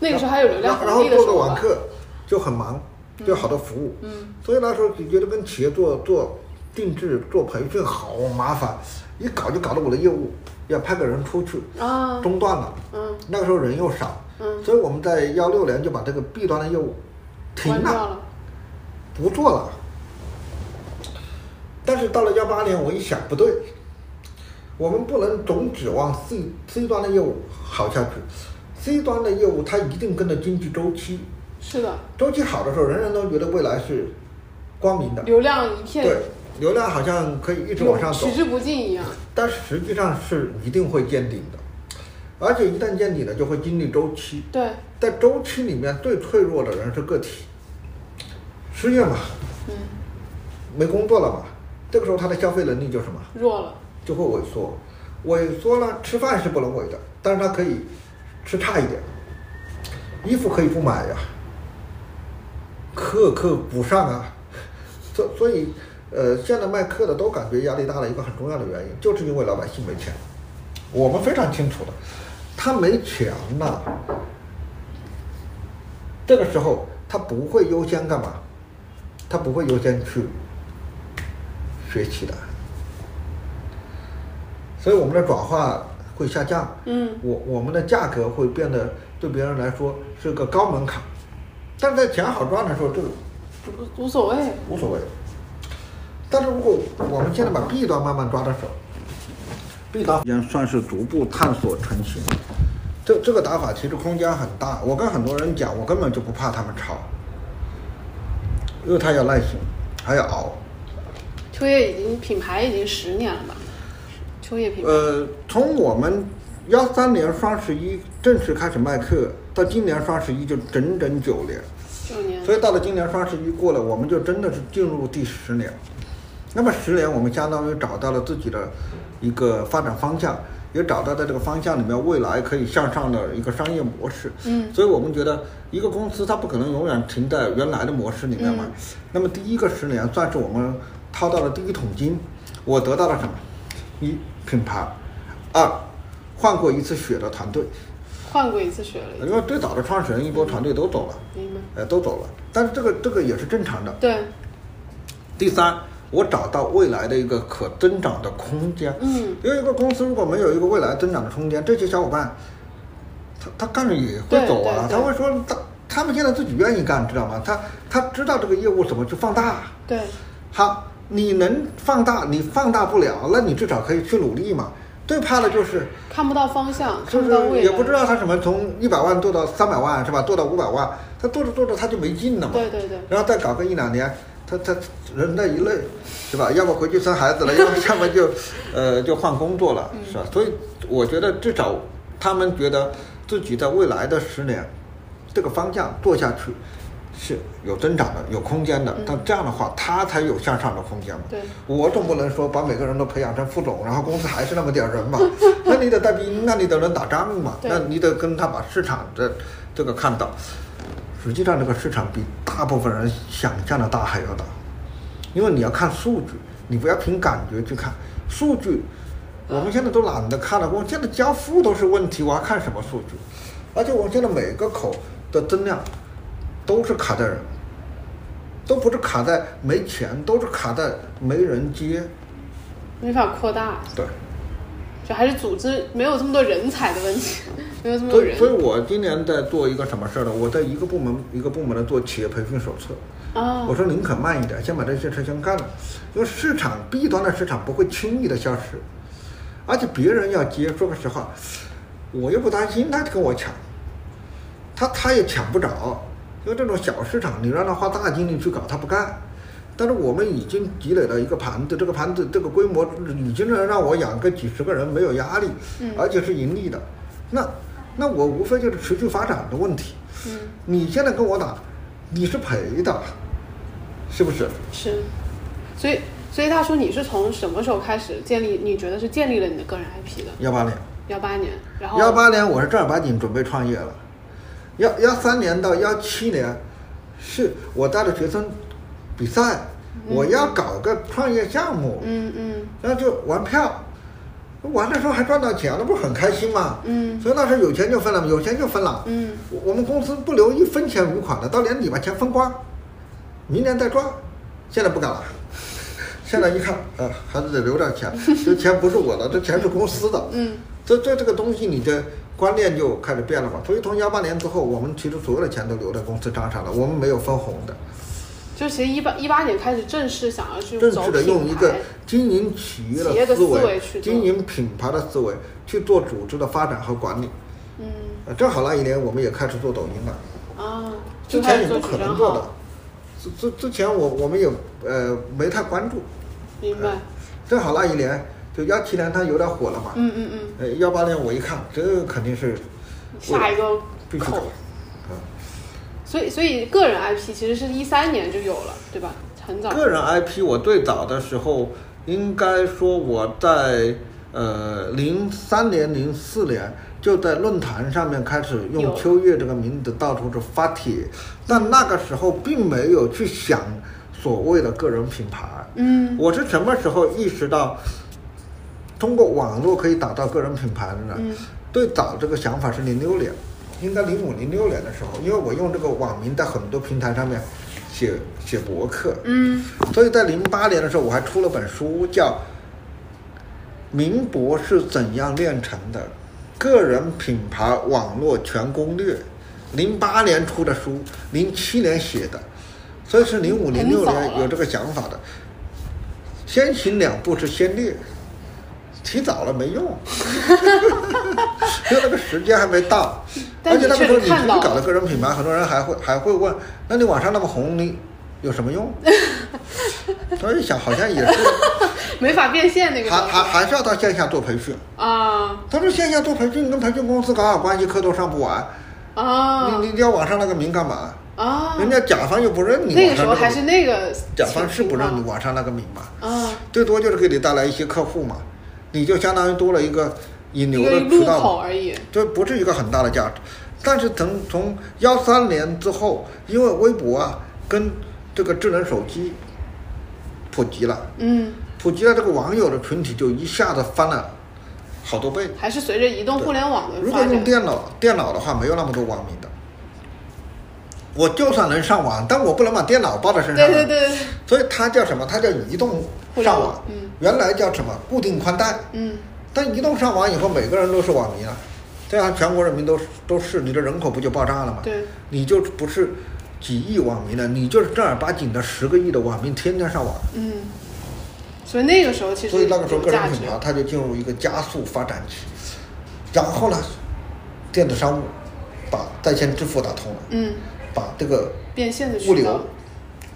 那个时候还有流量然红后利的做时候个网吧，课就很忙，就好多服务。嗯所以那时候就觉得跟企业做做定制、做培训好麻烦，一搞就搞得我的业务要派个人出去，啊中断了。嗯那个时候人又少，嗯，所以我们在幺六年就把这个 B 端的业务停关掉了，了，不做了。但是到了幺八年，我一想不对，我们不能总指望 C C 端的业务好下去，C 端的业务它一定跟着经济周期。是的，周期好的时候，人人都觉得未来是光明的，流量一片对，流量好像可以一直往上走取，之不尽一样，但是实际上是一定会见顶的，而且一旦见顶了，就会经历周期，对，在周期里面最脆弱的人是个体，失业嘛，嗯，没工作了嘛，这个时候他的消费能力就什么，弱了，就会萎缩，萎缩了，吃饭是不能萎的，但是他可以吃差一点，衣服可以不买呀、课课补上啊，所所以，呃，现在卖课的都感觉压力大了，一个很重要的原因就是因为老百姓没钱，我们非常清楚的，他没钱了，这个时候他不会优先干嘛？他不会优先去学习的，所以我们的转化会下降。嗯我我们的价格会变得对别人来说是个高门槛，但是在钱好赚的时候，这个无无所谓，无所谓。但是如果我们现在把 B 端慢慢抓到手，B 端已经算是逐步探索成型。这这个打法其实空间很大，我跟很多人讲，我根本就不怕他们吵，因为他要耐心，还要熬。秋叶已经品牌已经十年了吧？秋叶品牌，呃，从我们幺三年双十一正式开始卖课，到今年双十一就整整九年。九年，所以到了今年双十一过了，我们就真的是进入第十年。那么十年，我们相当于找到了自己的一个发展方向，也找到在这个方向里面未来可以向上的一个商业模式。嗯所以我们觉得，一个公司它不可能永远停在原来的模式里面嘛。嗯那么第一个十年算是我们掏到了第一桶金，我得到了什么？一品牌，二换过一次血的团队，换过一次血了，已因为最早的创始人一波团队都走了，经，明白？呃，都走了。但是这个这个也是正常的。对，第三，我找到未来的一个可增长的空间。嗯，因为一个公司如果没有一个未来增长的空间，这些小伙伴，他他干着也会对走啊，对对他会说他他们现在自己愿意干，知道吗？他他知道这个业务怎么去放大。对，好，你能放大，你放大不了，那你至少可以去努力嘛。最怕的就是看不到方向，就看不到是未来，也不知道他什么从一百万做到三百万是吧？做到五百万，他做着做着他就没劲了嘛。对对对，然后再搞个一两年，他他人那一累，是吧？要么回去生孩子了，要么要么就，呃，就换工作嗯了，是吧？所以我觉得至少他们觉得自己在未来的十年这个方向做下去是有增长的、有空间的。那这样的话，他才有向上的空间嘛。嗯对我总不能说把每个人都培养成副总，然后公司还是那么点儿人吧？那你得带兵，那你得能打仗嘛？对那你得跟他把市场的这个看到。实际上，这个市场比大部分人想象的大还要大，因为你要看数据，你不要凭感觉去看数据。我们现在都懒得看了，我现在交付都是问题，我还看什么数据？而且我现在每个口的增量都是卡在人，都不是卡在没钱，都是卡在没人接。没法扩大，对，就还是组织没有这么多人才的问 题，没有这么多所以人所以我今年在做一个什么事儿呢？我在一个部门一个部门的做企业培训手册。啊我，说宁可慢一点，先把这些事先干了，因为市场 B 端的市场不会轻易的消失，而且别人要接，说个实话，我又不担心他跟我抢，他他也抢不着，因为这种小市场你让他花大精力去搞，他不干。但是我们已经积累了一个盘子，这个盘子这个规模已经能让我养个几十个人没有压力，嗯而且是盈利的，那那我无非就是持续发展的问题。嗯，你现在跟我打，你是赔的，是不是？是，所以所以大叔，你是从什么时候开始建立？你觉得是建立了你的个人 IP 的？幺八年，幺八年，然后幺八年我是正儿八经准备创业了，幺幺三年到幺七年，是我带着学生比赛，我要搞个创业项目，嗯嗯那就玩票，玩的时候还赚到钱了，不是很开心吗？嗯所以那时候有钱就分了，有钱就分了。嗯我我们公司不留一分钱余款的，到年底把钱分光，明年再赚。现在不敢了，现在一看，呃，还是得留点钱，这钱不是我的，这钱是公司的。嗯这这这个东西，你的观念就开始变了嘛。所以从幺八年之后，我们其实所有的钱都留在公司账上了，我们没有分红的，就其实一八一八年开始正式想要去正走式的用一品个牌经营企业企业的的思思维维去、做经营品牌的思维去做组织的发展和管理。嗯呃，正好那一年我们也开始做抖音了。啊，之就开前也始不做可矩能阵做号的，，之之之前我我们也呃没太关注，明哎白？正好那一年就幺七年它有点火了嘛，嗯嗯嗯，呃幺八年我一看这肯定是下一个必须口搞，，啊、所以所以个人 IP 其实是一三年就有了，对吧？很早，个人 IP 我最早的时候应该说我在呃零三年零四年就在论坛上面开始用有秋月这个名字到处是发帖，但那个时候并没有去想所谓的个人品牌。嗯我是什么时候意识到通过网络可以打造个人品牌的呢？嗯最早这个想法是零六年，应该零五零六年的时候，因为我用这个网名在很多平台上面写写博客，嗯所以在零八年的时候我还出了本书叫《名博是怎样炼成的：个人品牌网络全攻略》，零八年出的书，零七年写的，所以是零五零六很早年了有这个想法的。先行两步是先烈，提早了没用， 因为那个时间还没 到。但而且你那个确时候实你自看己到搞的了个人品牌，很多人还会还会问：那你网上那么红，你有什 么用？所以想好像也是， 没法变现那个还东西还还是要到线下做培训。啊他说线下做培训跟培训公司搞好关系，课都上不完，啊你你要网上那个名干嘛？啊！人家甲方又不认你那网个时上候这个还是名，那个甲方是不认你情网上那个名嘛，况啊，最多就是给你带来一些客户嘛，你就相当于多了一个引一流个的入渠道嘛口而已。这不是一个很大的价值。但是从从幺三年之后，因为微博啊跟这个智能手机普及了，嗯，普及了这个网友的群体就一下子翻了好多倍。还是随着移动互联网的如果发用展，电脑电脑的话，没有那么多网民的。我就算能上网，但我不能把电脑抱在身上对啊。对对，对所以它叫什么？它叫移动互联上网网。嗯原来叫什么？固定宽带。嗯但移动上网以后，每个人都是网民啊，这样全国人民都是都是，你的人口不就爆炸了吗？对，你就不是几亿网民了，你就是正儿八经的十个亿的网民，天天上网。嗯，所以那个时候其实所以那个时候有个人价值品牌它就进入一个加速发展期，然后呢，电子商务把在线支付打通了，嗯，把这个变现的物渠道流、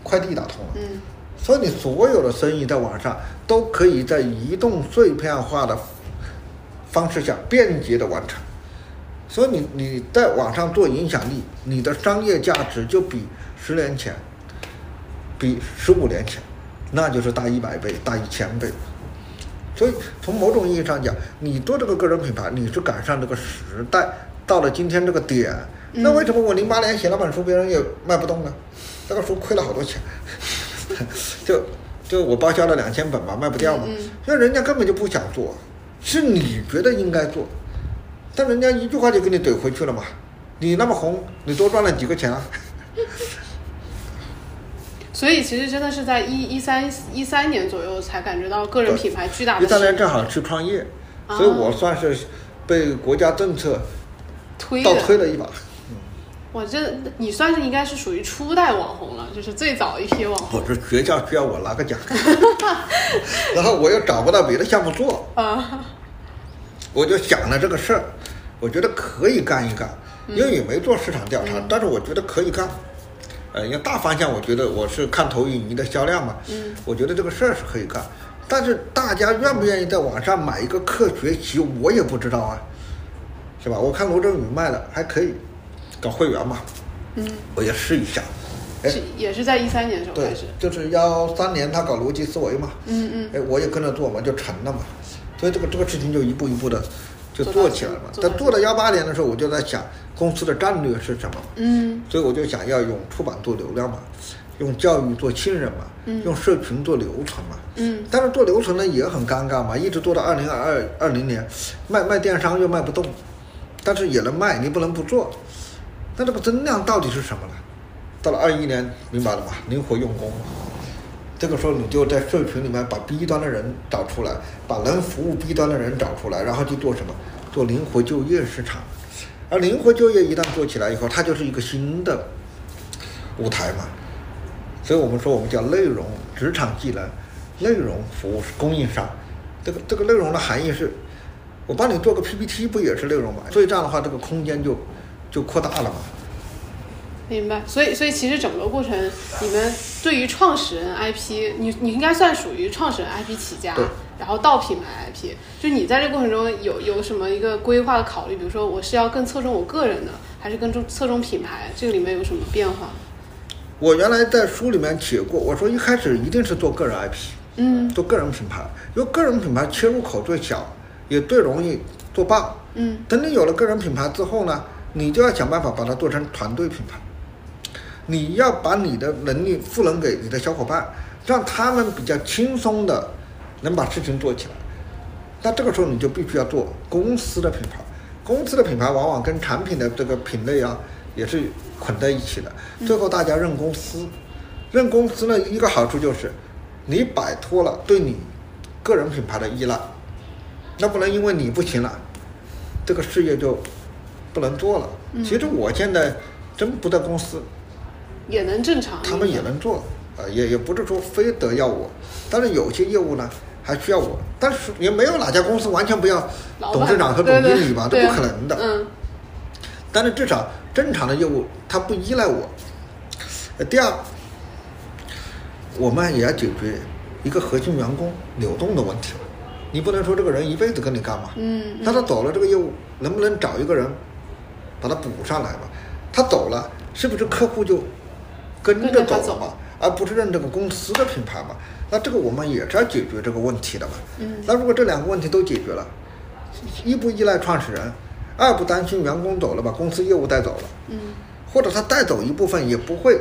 快递打通了。嗯所以你所有的生意在网上都可以在移动碎片化的方式下便捷的完成。所以你你在网上做影响力，你的商业价值就比十年前、比十五年前，那就是大一百倍、大一千倍。所以从某种意义上讲，你做这个个人品牌，你是赶上这个时代，到了今天这个点。嗯那为什么我零八年写了本书，别人也卖不动呢？那个书亏了好多钱， 就就我报销了两千本嘛，卖不掉嘛嗯嗯。那人家根本就不想做，是你觉得应该做，但人家一句话就给你怼回去了嘛。你那么红，你多赚了几个钱啊？所以其实真的是在一一三一三年左右才感觉到个人对品牌巨大一的三年是正好去创业，啊所以我算是被国家政策推倒的。推了一把。我这你算是应该是属于初代网红了，就是最早一批网红。我说学校需要我拿个奖， 然后我又找不到别的项目做，啊，我就想了这个事儿，我觉得可以干一干，因为也没做市场调查，但是我觉得可以干。呃，因为大方向我觉得我是看投影仪的销量嘛，我觉得这个事儿是可以干，但是大家愿不愿意在网上买一个课学习，我也不知道啊，是吧？我看罗振宇卖的还可以，搞会员嘛，嗯，我也试一下。哎是也是在一三年的时候对开始。，就是幺三年他搞逻辑思维嘛，嗯嗯，哎，我也跟着做嘛，就成了嘛。所以这个这个事情就一步一步的就做到做起来了嘛。做在到做到幺八年的时候，我就在想公司的战略是什么，嗯所以我就想要用出版做流量嘛。用教育做信任嘛，嗯用社群做流程嘛。嗯但是做流程呢也很尴尬嘛，一直做到二零二二零年，卖卖电商又卖不动，但是也能卖，你不能不做。那这个增量到底是什么呢？到了二一年，明白了吗？灵活用工嘛。这个时候你就在社群里面把 B 端的人找出来，把能服务 B 端的人找出来，然后去做什么？做灵活就业市场。而灵活就业一旦做起来以后，它就是一个新的舞台嘛。所以我们说我们叫内容职场技能、内容服务供应商。这个这个内容的含义是，我帮你做个 PPT 不也是内容嘛？所以这样的话，这个空间就就扩大了嘛。明白，所以所以其实整个过程，你们对于创始人 IP，你你应该算属于创始人 IP 起家对，然后到品牌 IP，就你在这过程中有有什么一个规划的考虑？比如说我是要更侧重我个人的，还是更重侧重品牌？这个里面有什么变化？我原来在书里面写过，我说一开始一定是做个人 IP，嗯做个人品牌，因为个人品牌切入口最小，也最容易做爆。嗯等你有了个人品牌之后呢，你就要想办法把它做成团队品牌。你要把你的能力赋能给你的小伙伴，让他们比较轻松的能把事情做起来。那这个时候你就必须要做公司的品牌，公司的品牌往往跟产品的这个品类啊也是捆在一起的。最后大家认公司，认公司呢一个好处就是，你摆脱了对你个人品牌的依赖，那不能因为你不行了，这个事业就不能做了。其实我现在真不在公司，也能正常。他们也能做，呃，也也不是说非得要我，但是有些业务呢还需要我，但是也没有哪家公司完全不要老板董事长和总经理吧，对这对不可能的。嗯但是至少正常的业务它不依赖我。呃第二，我们也要解决一个核心员工流动的问题，你不能说这个人一辈子跟你干嘛，嗯但他走了这个业务，能不能找一个人把他补上来吧？他走了，是不是客户就跟跟着着他走走了嘛？而不是认这个公司的品牌嘛？那这个我们也是要解决这个问题的嘛。嗯那如果这两个问题都解决了，一不依赖创始人，二不担心员工走了把公司业务带走了，嗯或者他带走一部分也不会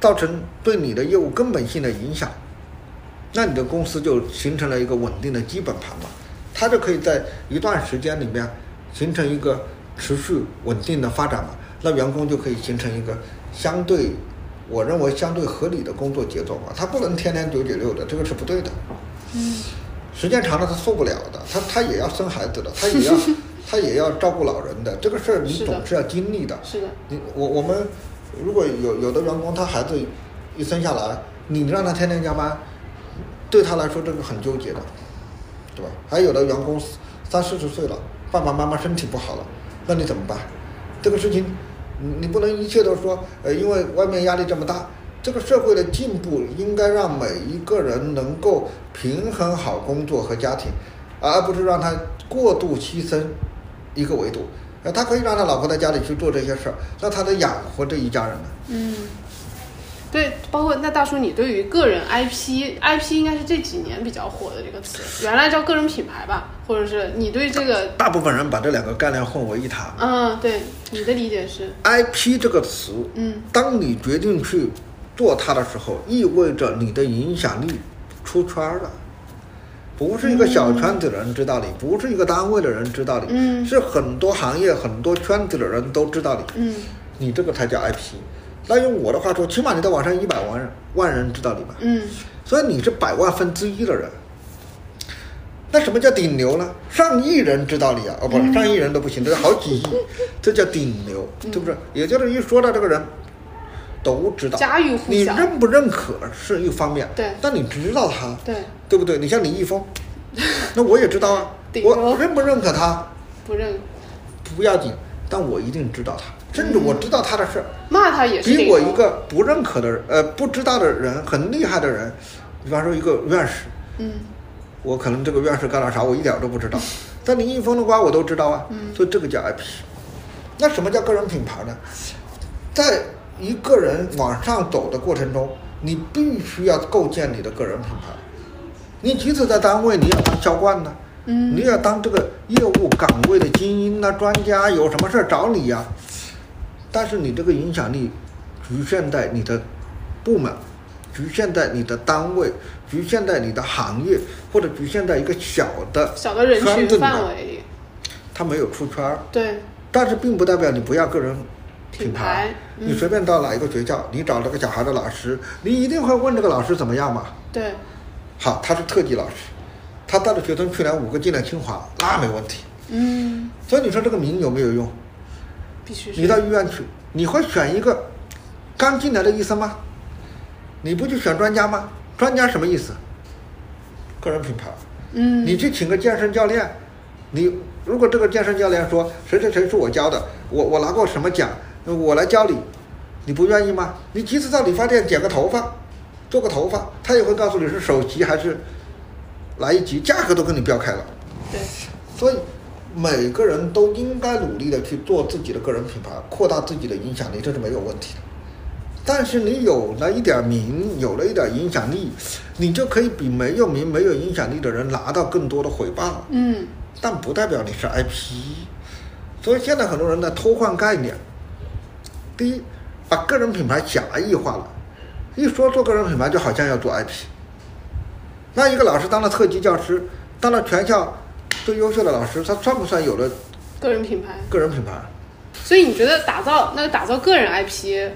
造成对你的业务根本性的影响，那你的公司就形成了一个稳定的基本盘嘛，它就可以在一段时间里面形成一个持续稳定的发展嘛，那员工就可以形成一个相对。我认为相对合理的工作节奏嘛，他不能天天九九六的，这个是不对的。嗯时间长了他受不了的，他他也要生孩子的，他 也要他也要照顾老人的，这个事儿你是的总是要经历的。是的，你我我们如果有有的员工他孩子一生下来，你让他天天加班，对他来说这个很纠结的，对吧？还有的员工三四十岁了，爸爸妈妈身体不好了，那你怎么办？这个事情你你不能一切都说，呃，因为外面压力这么大。这个社会的进步应该让每一个人能够平衡好工作和家庭，而不是让他过度牺牲一个维度。呃，他可以让他老婆在家里去做这些事儿，那他得养活这一家人呢。嗯，对，包括那大叔，你对于个人 IP，IP 应该是这几年比较火的这个词，原来叫个人品牌吧，或者是你对这个，大部分人把这两个概念混为一谈。嗯，对，你的理解是， IP 这个词，嗯当你决定去做它的时候，意味着你的影响力出圈了，不是一个小圈子的人知道你，不是一个单位的人知道你，嗯是很多行业、很多圈子的人都知道你，嗯你这个才叫 IP。那用我的话说，起码你在网上一百万人万人知道你吧，嗯所以你是百万分之一的人。那什么叫顶流呢？上亿人知道你啊，哦嗯不，上亿人都不行，这是好几亿， 这叫顶流，对不对？也就是一说到这个人，都知道，家喻户晓你认不认可是一方面，对但你知道他，对，对不对？你像 李易峰，那我也知道啊，顶流我认不认可他不认，不要紧，但我一定知道他，甚至我知道他的事儿，骂他嗯也是比顶我流一个不认可的人，呃，不知道的人很厉害的人，比方说一个院士，嗯我可能这个院士干了啥，我一点儿都不知道。但林一峰的瓜我都知道啊，所以这个叫 IP。那什么叫个人品牌呢？在一个人往上走的过程中，你必须要构建你的个人品牌。你即使在单位，你要当销冠呢、嗯你要当这个业务岗位的精英呐、专家，有什么事儿找你呀、但是你这个影响力局限在你的部门，局限在你的单位，局限在你的行业，或者局限在一个小的，小的人圈子群里范面围里，它没有出圈儿，对但是并不代表你不要个人品牌。牌，你嗯，随便到哪一个学校，你找了个小孩的老师，你一定会问这个老师怎么样嘛？对，好，他是特级老师，他带的学生去年五个进了清华，那没问题。嗯，所以你说这个名有没有用？必须你是，到医院去，你会选一个刚进来的医生吗？你不去选专家吗？专家什么意思？个人品牌。嗯，你去请个健身教练，你如果这个健身教练说谁谁谁是我教的，我我拿过什么奖，我来教你，你不愿意吗？你即使到理发店剪个头发，做个头发，他也会告诉你是首席还是来一级，价格都跟你标开了。对，所以每个人都应该努力的去做自己的个人品牌，扩大自己的影响力，这是没有问题的。但是你有了一点名，有了一点影响力，你就可以比没有名、没有影响力的人拿到更多的回报，嗯，但不代表你是 IP。所以现在很多人在偷换概念。第一，把个人品牌狭义化了，一说做个人品牌，就好像要做 IP。那一个老师当了特级教师，当了全校最优秀的老师，他算不算有了个人品牌。个人品牌？所以你觉得打造那个打造个人 IP，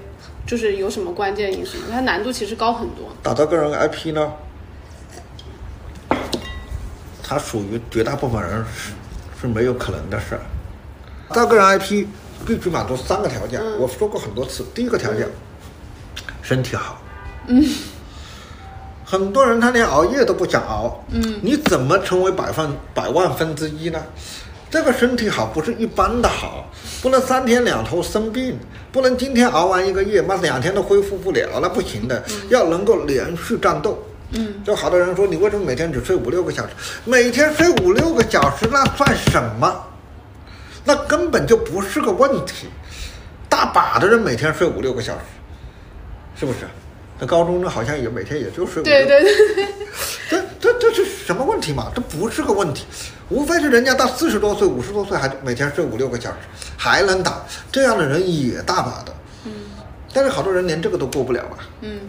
就是有什么关键因素？它难度其实高很多。打造个人 IP 呢？它属于绝大部分人是是没有可能的事儿。打造个人 IP 必须满足三个条件，我说过很多次。第一个条件，身体好。很多人他连熬夜都不想熬。嗯，你怎么成为百分百万分之一呢？这个身体好不是一般的好，不能三天两头生病，不能今天熬完一个夜，妈两天都恢复不了，那不行的。要能够连续战斗。嗯，就好多人说你为什么每天只睡五六个小时？每天睡五六个小时那算什么？那根本就不是个问题。大把的人每天睡五六个小时，是不是？那高中生好像也每天也就睡五六对对对，这这这是什么问题嘛？这不是个问题，无非是人家到四十多岁、五十多岁还每天睡五六个小时，还能打，这样的人也大把的。嗯。但是好多人连这个都过不了吧？嗯，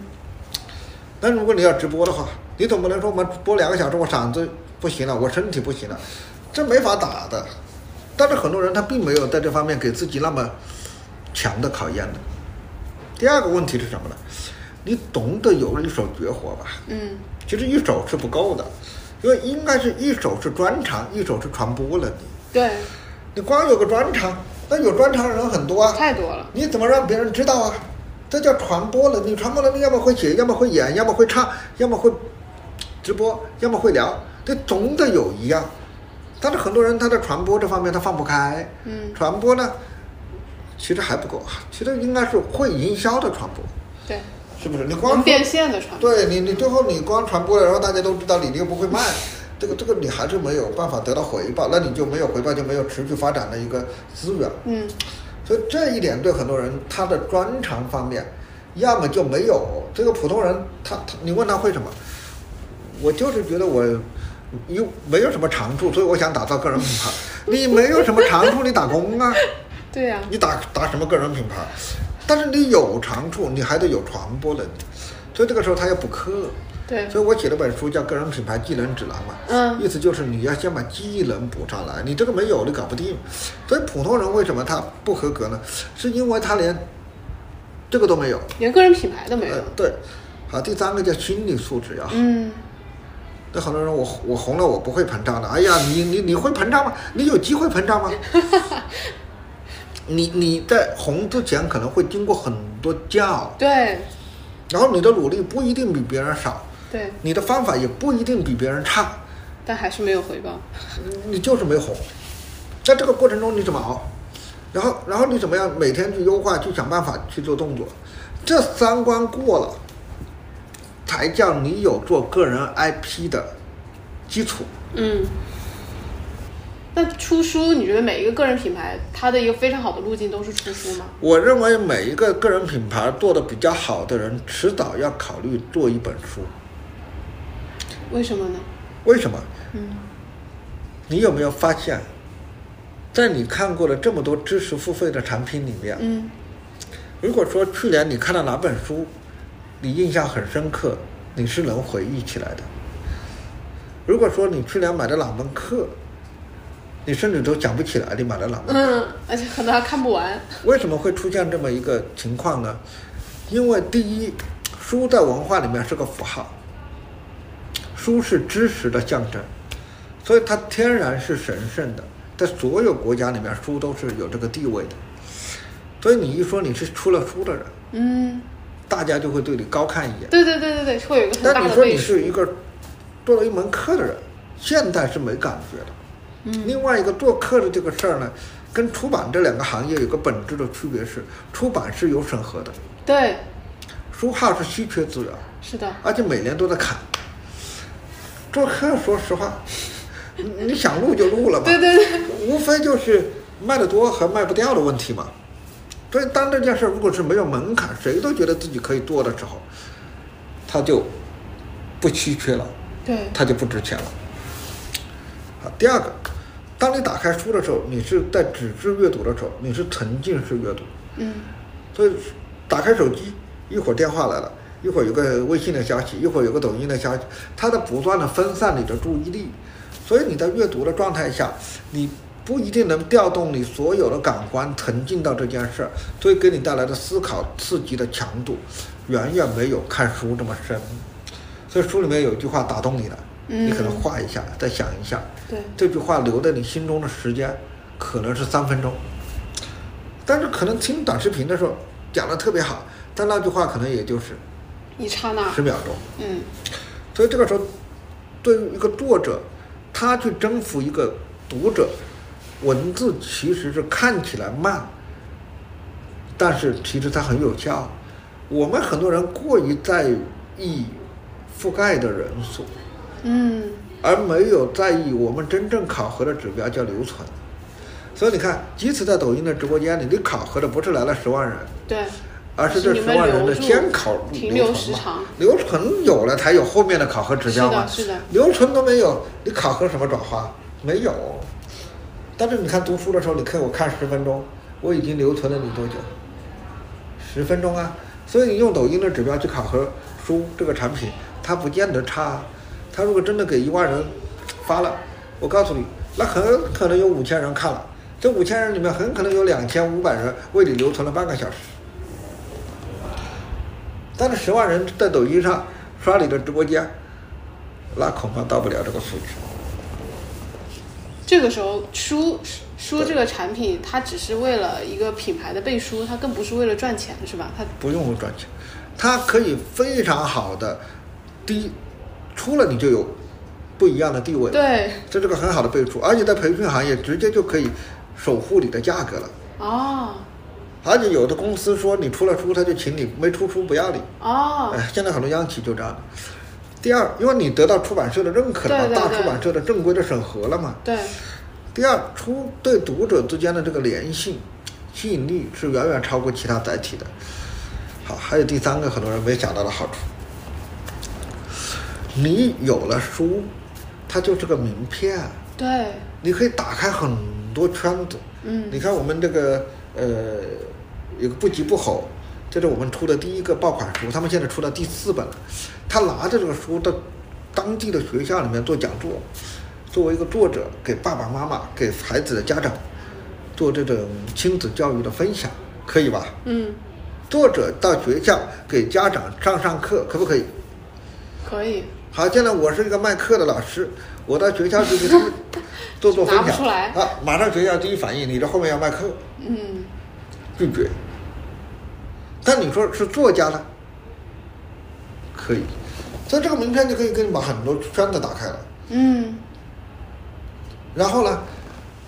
那如果你要直播的话，你总不能说我们播两个小时，我嗓子不行了，我身体不行了，这没法打的。但是很多人他并没有在这方面给自己那么强的考验的。第二个问题是什么呢？你懂得有一手绝活吧？嗯，其实一手是不够的，因为应该是一手是专长，一手是传播能力。对，你光有个专长，那有专长的人很多啊，太多了。你怎么让别人知道啊？这叫传播能力。传播能力要么会写，要么会演，要么会唱，要么会直播，要么会聊，这总得有一样。但是很多人他在传播这方面他放不开，嗯，传播呢，其实还不够，其实应该是会营销的传播，对，是不是？你光能说变现的传播。对你，你最后你光传播了，然后大家都知道你，你又不会卖， 这个这个你还是没有办法得到回报，那你就没有回报，就没有持续发展的一个资源。嗯，所以这一点对很多人他的专长方面，要么就没有。这个普通人他他你问他会什么，我就是觉得我又没有什么长处，所以我想打造个人品牌。你没有什么长处，你打工啊。对呀、你打打什么个人品牌？但是你有长处，你还得有传播能力，所以这个时候他要补课。对，所以我写了本书叫《个人品牌技能指南》嘛，嗯意思就是你要先把技能补上来，你这个没有你搞不定。所以普通人为什么他不合格呢？是因为他连这个都没有。连个人品牌都没呃有。，对。好，第三个叫心理素质要好。嗯，那很多人我我红了我不会膨胀的，哎呀，你你你会膨胀吗？你有机会 膨胀吗？你你在红之前可能会经过很多煎熬，对然后你的努力不一定比别人少，对，你的方法也不一定比别人差，但还是没有回报。你就是没红。在这个过程中你怎么熬？然后然后你怎么样每天去优化，去想办法去做动作？这三关过了，才叫你有做个人 IP 的基础。嗯。那出书，你觉得每一个个人品牌，它的一个非常好的路径都是出书吗？我认为每一个个人品牌做的比较好的人，迟早要考虑做一本书。为什么呢？为什么？嗯，你有没有发现，在你看过了这么多知识付费的产品里面，嗯，如果说去年你看了哪本书，你印象很深刻，你是能回忆起来的。如果说你去年买的哪门课，你甚至都讲不起来你买了哪门课。嗯，而且可能还看不完。为什么会出现这么一个情况呢？因为第一，书在文化里面是个符号，书是知识的象征，所以它天然是神圣的，在所有国家里面，书都是有这个地位的。所以你一说你是出了书的人，嗯，大家就会对你高看一眼。对对对对对，会有一个很但大你的说你背是一书。个做了一门课的人，现在是没感觉的。嗯另外一个做课的这个事儿呢，跟出版这两个行业有个本质的区别是，出版是有审核的，对，书号是稀缺资源，是的，而且每年都在砍。做课说实话，你你想录就录了吧，对对对，无非就是卖得多和卖不掉的问题嘛。所以当这件事如果是没有门槛，谁都觉得自己可以做的时候，它就不稀缺了。对，它就不值钱了。啊，第二个，当你打开书的时候，你是在纸质阅读的时候，你是沉浸式阅读，嗯，所以打开手机，一会儿电话来了，一会儿有个微信的消息，一会儿有个抖音的消息，它在不断的分散你的注意力，所以你在阅读的状态下，你。不一定能调动你所有的感官沉浸到这件事儿，所以给你带来的思考刺激的强度，远远没有看书这么深。所以书里面有一句话打动你了，嗯你可能画一下，再想一下，对，这句话留在你心中的时间可能是三分钟，但是可能听短视频的时候讲的特别好，但那句话可能也就是一刹那十，秒钟。嗯，所以这个时候，对于一个作者，他去征服一个读者，文字其实是看起来慢，但是其实它很有效。我们很多人过于在意覆盖的人数，嗯，而没有在意我们真正考核的指标叫留存。所以你看，即使在抖音的直播间里，你考核的不是来了十万人，对，而是这是十你们万人的留住先考停留留存时嘛长留存有了才有后面的考核指是标嘛的，。是的，留存都没有，你考核什么转化？没有。但是你看读书的时候，你看我看十分钟，我已经留存了你多久？十分钟啊。所以你用抖音的指标去考核书这个产品，它不见得差、啊。它如果真的给一万人发了，我告诉你，那很可能有五千人看了。这五千人里面，很可能有两千五百人为你留存了半个小时。但是十万人在抖音上刷你的直播间，那恐怕到不了这个数值。这个时候书书这个产品，它只是为了一个品牌的背书，它更不是为了赚钱，是吧？它不用赚钱，它可以非常好的，第一，出了你就有不一样的地位，对，这是个很好的背书，而且在培训行业直接就可以守护你的价格了。哦而且有的公司说你出了书，他就请你；没出书不要你。哦，哎，现在很多央企就这样的。第二，因为你得到出版社的认可了嘛，对对大对出版社的正规的审核了嘛，对，第二，出对读者之间的这个联系吸引力是远远超过其他载体的。好，还有第三个，很多人没想到的好处，你有了书，它就是个名片，啊对，你可以打开很多圈子。嗯你看我们这个呃，有个不急不吼，这是我们出的第一个爆款书，他们现在出到第四本了。他拿着这个书到当地的学校里面做讲座，作为一个作者给爸爸妈妈、给孩子的家长做这种亲子教育的分享，可以吧？嗯，作者到学校给家长上上课，可不可以？可以，好，现在我是一个卖课的老师，我到学校去给 他们做做分拿享，不出来啊，马上学校第一反应，你这后面要卖课，嗯，拒绝。但你说是作家呢？可以，所以这个名片就可以给你把很多圈子打开了。嗯，然后呢，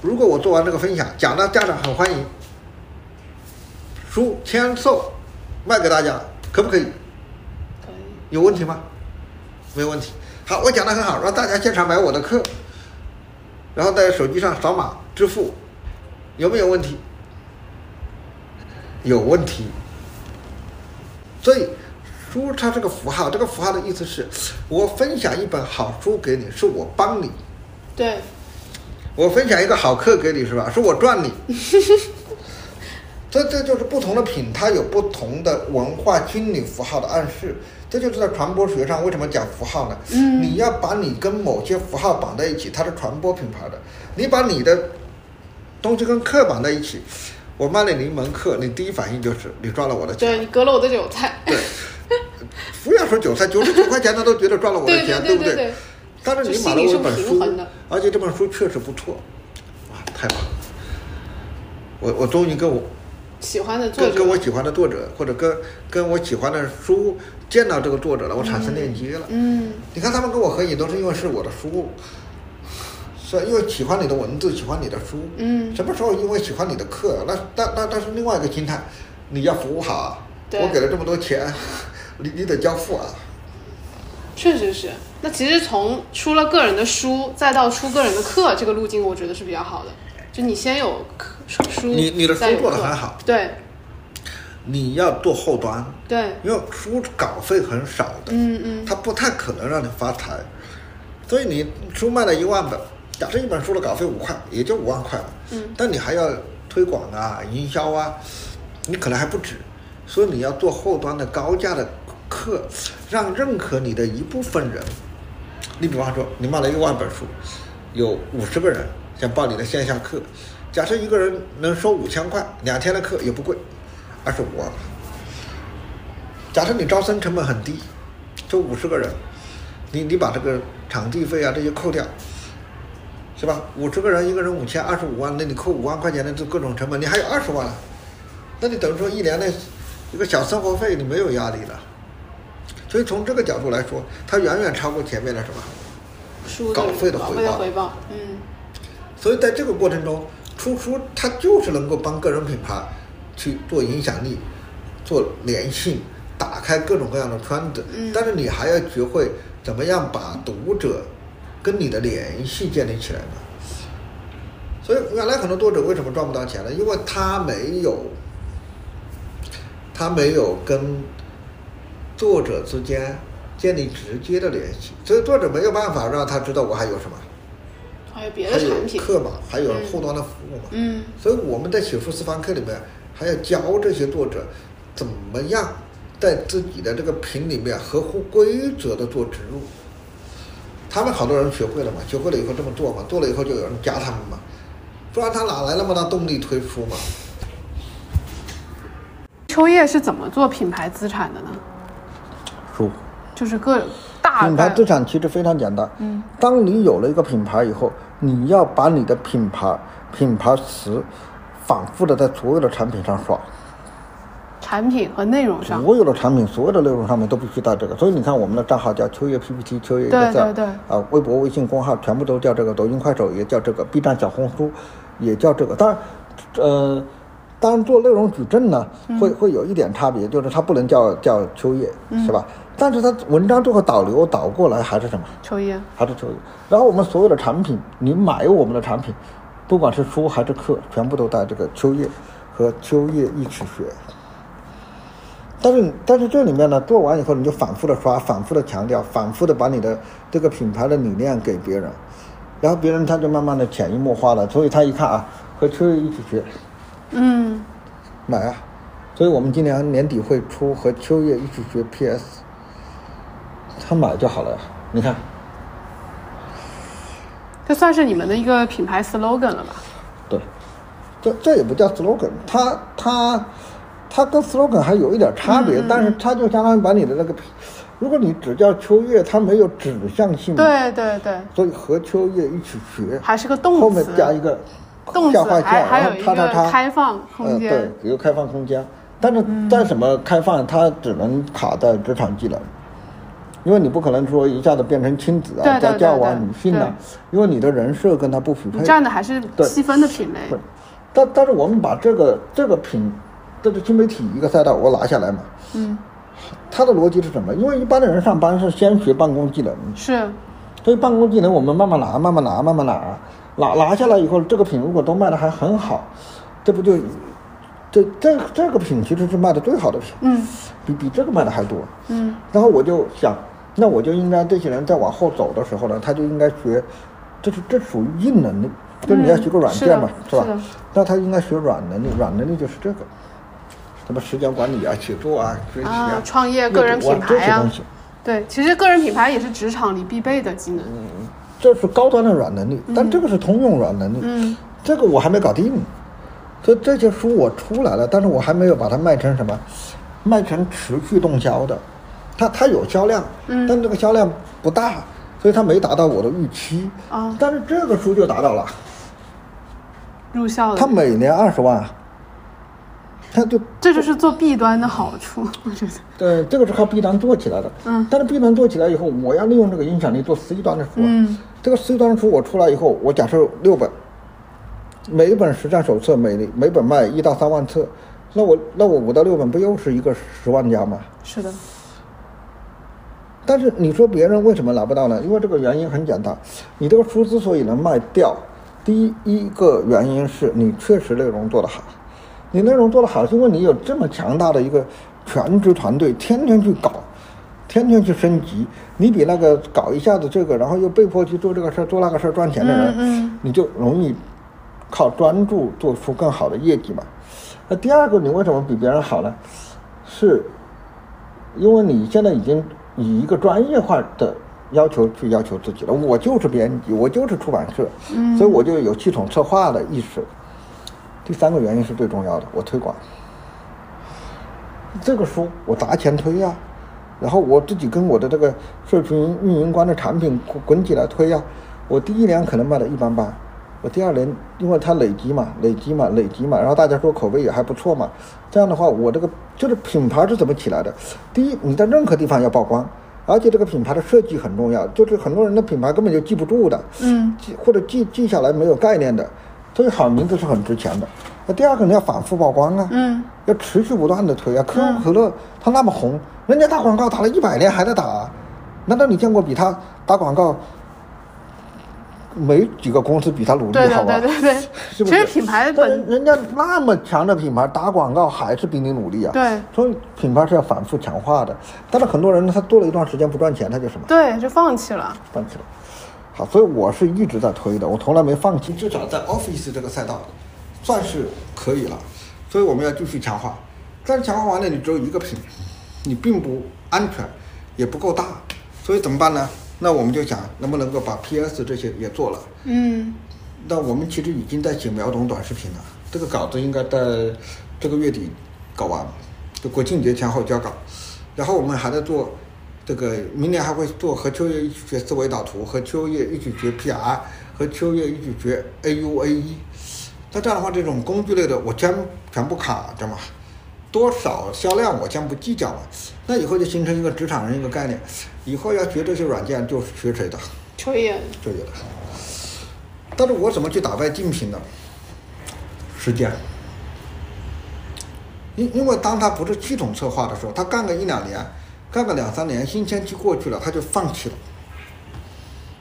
如果我做完这个分享，讲到家长很欢迎，书签售卖给大家，可不可以？可以，有问题吗？没问题。好，我讲的很好，让大家现场买我的课，然后在手机上扫码支付，有没有问题？有问题。所以，书它是个符号，这个符号的意思是，我分享一本好书给你，是我帮你；对， 我分享一个好课给你，是吧？是我赚你。这这就是不同的品，它有不同的文化心理符号的暗示。这就是在传播学上为什么讲符号呢？嗯你要把你跟某些符号绑在一起，它是传播品牌的。你把你的东西跟课绑在一起，我卖了你一门课，你第一反应就是你赚了我的对钱。你割了我的韭菜， 不要说韭菜，九十九块钱他都觉得赚了 我的对钱，对不对对？对，但是就你心买了里我是一本平书衡的，而且这本书确实不错，哇，太棒了！我我终于跟我喜欢的作跟跟者，我喜欢的作者，或者跟跟我喜欢的书见到这个作者了，我产生链接了。嗯，你看他们跟我合影都是因为是我的书，是因为喜欢你的文字，喜欢你的书。嗯什么时候因为喜欢你的课？那那那那是另外一个心态，你要服务好啊！对我给了这么多钱， 你你得交付啊！确实是。那其实从出了个人的书，再到出个人的课，这个路径我觉得是比较好的。就你先有课书，你你的书再有做得课很好，对你要做后端，对，因为书稿费很少的，嗯嗯，它不太可能让你发财，所以你书卖了一万本，假设一本书的稿费五块，也就五万块嘛。嗯。但你还要推广啊、营销啊，你可能还不止，所以你要做后端的高价的课，让认可你的一部分人。你比方说，你卖了一万本书，有五十个人想报你的线下课，假设一个人能收五千块，两天的课也不贵，二十五万。假设你招生成本很低，就五十个人，你你把这个场地费啊这些扣掉，是吧？五十个人一个人五千，二十五万，那你扣五万块钱的这各种成本，你还有二十万啊，那你等于说一年的一个小生活费你没有压力了。所以从这个角度来说，它远远超过前面的什么。书的稿费的稿回费的报回报，嗯，所以在这个过程中，出书它就是能够帮个人品牌去做影响力、做粘性、打开各种各样的圈子。嗯但是你还要学会怎么样把读者跟你的联系建立起来呢？所以原来很多作者为什么赚不到钱呢？因为他没有，他没有跟作者之间建立直接的联系，所以作者没有办法让他知道我还有什么。还有别还的有产品，课嘛，还有嗯后端的服务嘛。嗯，所以我们在写书私房课里面，还要教这些作者怎么样在自己的这个品里面合乎规则的做植入。他们好多人学会了嘛，学会了以后这么做嘛，做了以后就有人加他们嘛，不然他哪来那么大动力推出嘛？秋叶是怎么做品牌资产的呢？书就是个大品牌概资产其实非常简单。嗯，当你有了一个品牌以后，你要把你的品牌品牌词反复的在所有的产品上刷。产品和内容上，所有的产品、所有的内容上面都必须带这个，所以你看我们的账号叫秋叶 PPT、秋叶 e 对 x 对对啊，微博、微信公号全部都叫这个，抖音、快手也叫这个，B 站、小红书也叫这个。当然，呃，当然做内容矩阵呢，嗯会会有一点差别，就是它不能叫叫秋叶，嗯是吧？但是它文章最后导流导过来还是什么？秋叶，还是秋叶。然后我们所有的产品，你买我们的产品，不管是书还是课，全部都带这个秋叶和秋叶一起学。但是但是这里面呢，做完以后你就反复的刷，反复的强调，反复的把你的这个品牌的理念给别人，然后别人他就慢慢的潜移默化了，所以他一看啊，和秋叶一起学，嗯，买啊！所以我们今年年底会出和秋叶一起学 PS，他买就好了呀。你看，这算是你们的一个品牌 slogan 了吧？对，这这也不叫 slogan，它它它跟 slogan 还有一点差嗯别，但是它就相当于把你的那个，如果你只叫秋叶，它没有指向性，，对对对，所以和秋叶一起学，还是个后动面词，加一个动词下划线，还还然有后一叉叉个叉，开放空间，嗯呃，对，有开放空间，但是再怎么开放，它只能卡在职场技能。因为你不可能说一下子变成亲子啊，对对家对教啊，对女性啊，因为你的人设跟它不匹配。你占的还是对细分的品类，不，但但是我们把这个这个品，这个新媒体一个赛道我拿下来嘛，嗯，它的逻辑是什么？因为一般的人上班是先学办公技能，是，所以办公技能我们慢慢拿，慢慢拿，慢慢拿，拿拿下来以后，这个品如果都卖的还很好，这不就这这这个品其实是卖的最好的品，嗯比比这个卖的还多。嗯然后我就想，那我就应该这些人在往后走的时候呢，他就应该学，这是这属于硬能力，就是你要学个软是件嘛的，，是吧？的，那他应该学软能力，软能力就是这个，什么时间管理啊、写作啊、学习啊，啊、创业、阅个人读啊品牌这些呀东、西，对，其实个人品牌也是职场里必备的技能。嗯这是高端的软能力，但这个是通用软能力，嗯这个我还没搞定。这这些书我出来了，但是我还没有把它卖成什么，卖成持续动销的，它它有销量，嗯但这个销量不大，所以它没达到我的预期。啊，但是这个书就达到了，入校它的，每年二十万，啊它就这就是做 B 端的好 处，我觉得。对，呃这个是靠 B 端做起来的。嗯但是 B 端做起来以后，我要利用这个影响力做 C 端的书啊。嗯这个 C 端的书我出来以后，我假设六本，每一本实战手册每每本卖一到三万册，那我那我五到六本不又是一个十万加吗？是的，但是你说别人为什么拿不到呢？因为这个原因很简单，你这个书之所以能卖掉，第一个原因是你确实内容做得好，你内容做得好，是因为你有这么强大的一个全职团队，天天去搞，天天去升级，你比那个搞一下子这个，然后又被迫去做这个事儿、做那个事儿赚钱的人，嗯你就容易靠专注做出更好的业绩嘛。那第二个，你为什么比别人好呢？是因为你现在已经以一个专业化的要求去要求自己了。我就是编辑，我就是出版社，所以我就有系统策划的意识。第三个原因是最重要的，我推广这个书，我砸钱推呀、然后我自己跟我的这个社群运营官的产品滚滚起来推呀、我第一年可能卖的一般般，我第二年因为它累积嘛，累积嘛，累积嘛，然后大家说口碑也还不错嘛，这样的话，我这个就是品牌是怎么起来的？第一，你在任何地方要曝光，而且这个品牌的设计很重要，就是很多人的品牌根本就记不住的，嗯记或者记记下来没有概念的，所以好名字是很值钱的。那第二个，你要反复曝光啊，嗯要持续不断的推啊。可口可乐它那么红，人家打广告打了一百年还在打啊，难道你见过比他打广告没几个公司比他努嗯，力对好的吧？对对对，是其不是实品牌但人本人家那么强的品牌打广告还是比你努力啊。对所以品牌是要反复强化的。但是很多人他做了一段时间不赚钱，他就什么对就放弃了，放弃了。好，所以我是一直在推的，我从来没放弃。至少在 Office 这个赛道，算是可以了。所以我们要继续强化，但是强化完了，你只有一个品，你并不安全，也不够大，所以怎么办呢？那我们就想能不能够把 PS 这些也做了。嗯那我们其实已经在写秒懂短视频了，这个稿子应该在这个月底搞完，就国庆节前后交稿。然后我们还在做这个，明年还会做和秋叶一起学思维导图，和秋叶一起学 PR，和秋叶一起学 AUAE。那 E 这样的话，这种工具类的我全全部卡着嘛，多少销量我先不计较嘛。那以后就形成一个职场人一个概念，以后要学这些软件就是学谁的。秋叶，这个的。但是我怎么去打败竞品呢？时间。因因为当他不是系统策划的时候，他干个一两年，干个两三年，新鲜期过去了，他就放弃了。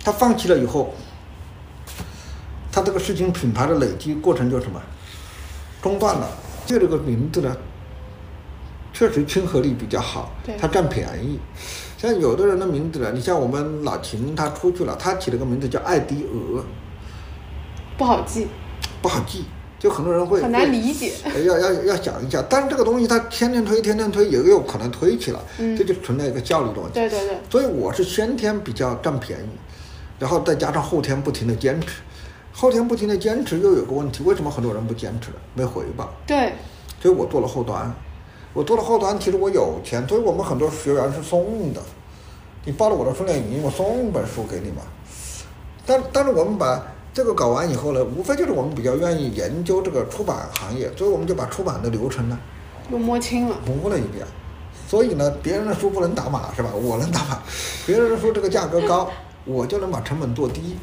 他放弃了以后，他这个事情品牌的累积过程就什么中断了。借这个名字呢，确实亲和力比较好对，它占便宜。像有的人的名字呢，你像我们老秦，他出去了，他起了个名字叫艾迪鹅，不好记，不好记，就很多人会很难会理解，哎要要要想一下，但是这个东西它天天推，天天推也有可能推起来，嗯这就存在一个效率的问题。对对对，所以我是先天比较占便宜，然后再加上后天不停的坚持，后天不停的坚持又有个问题，为什么很多人不坚持了？没回报，对，所以我做了后端，我做了后端，其实我有钱，所以我们很多学员是送的，你报了我的训练营，我送一本书给你嘛。但但是我们把这个搞完以后呢，无非就是我们比较愿意研究这个出版行业，所以我们就把出版的流程呢又摸清了，摸了一遍。所以呢，别人的书不能打码是吧？我能打码，别人的书这个价格高，我就能把成本做低，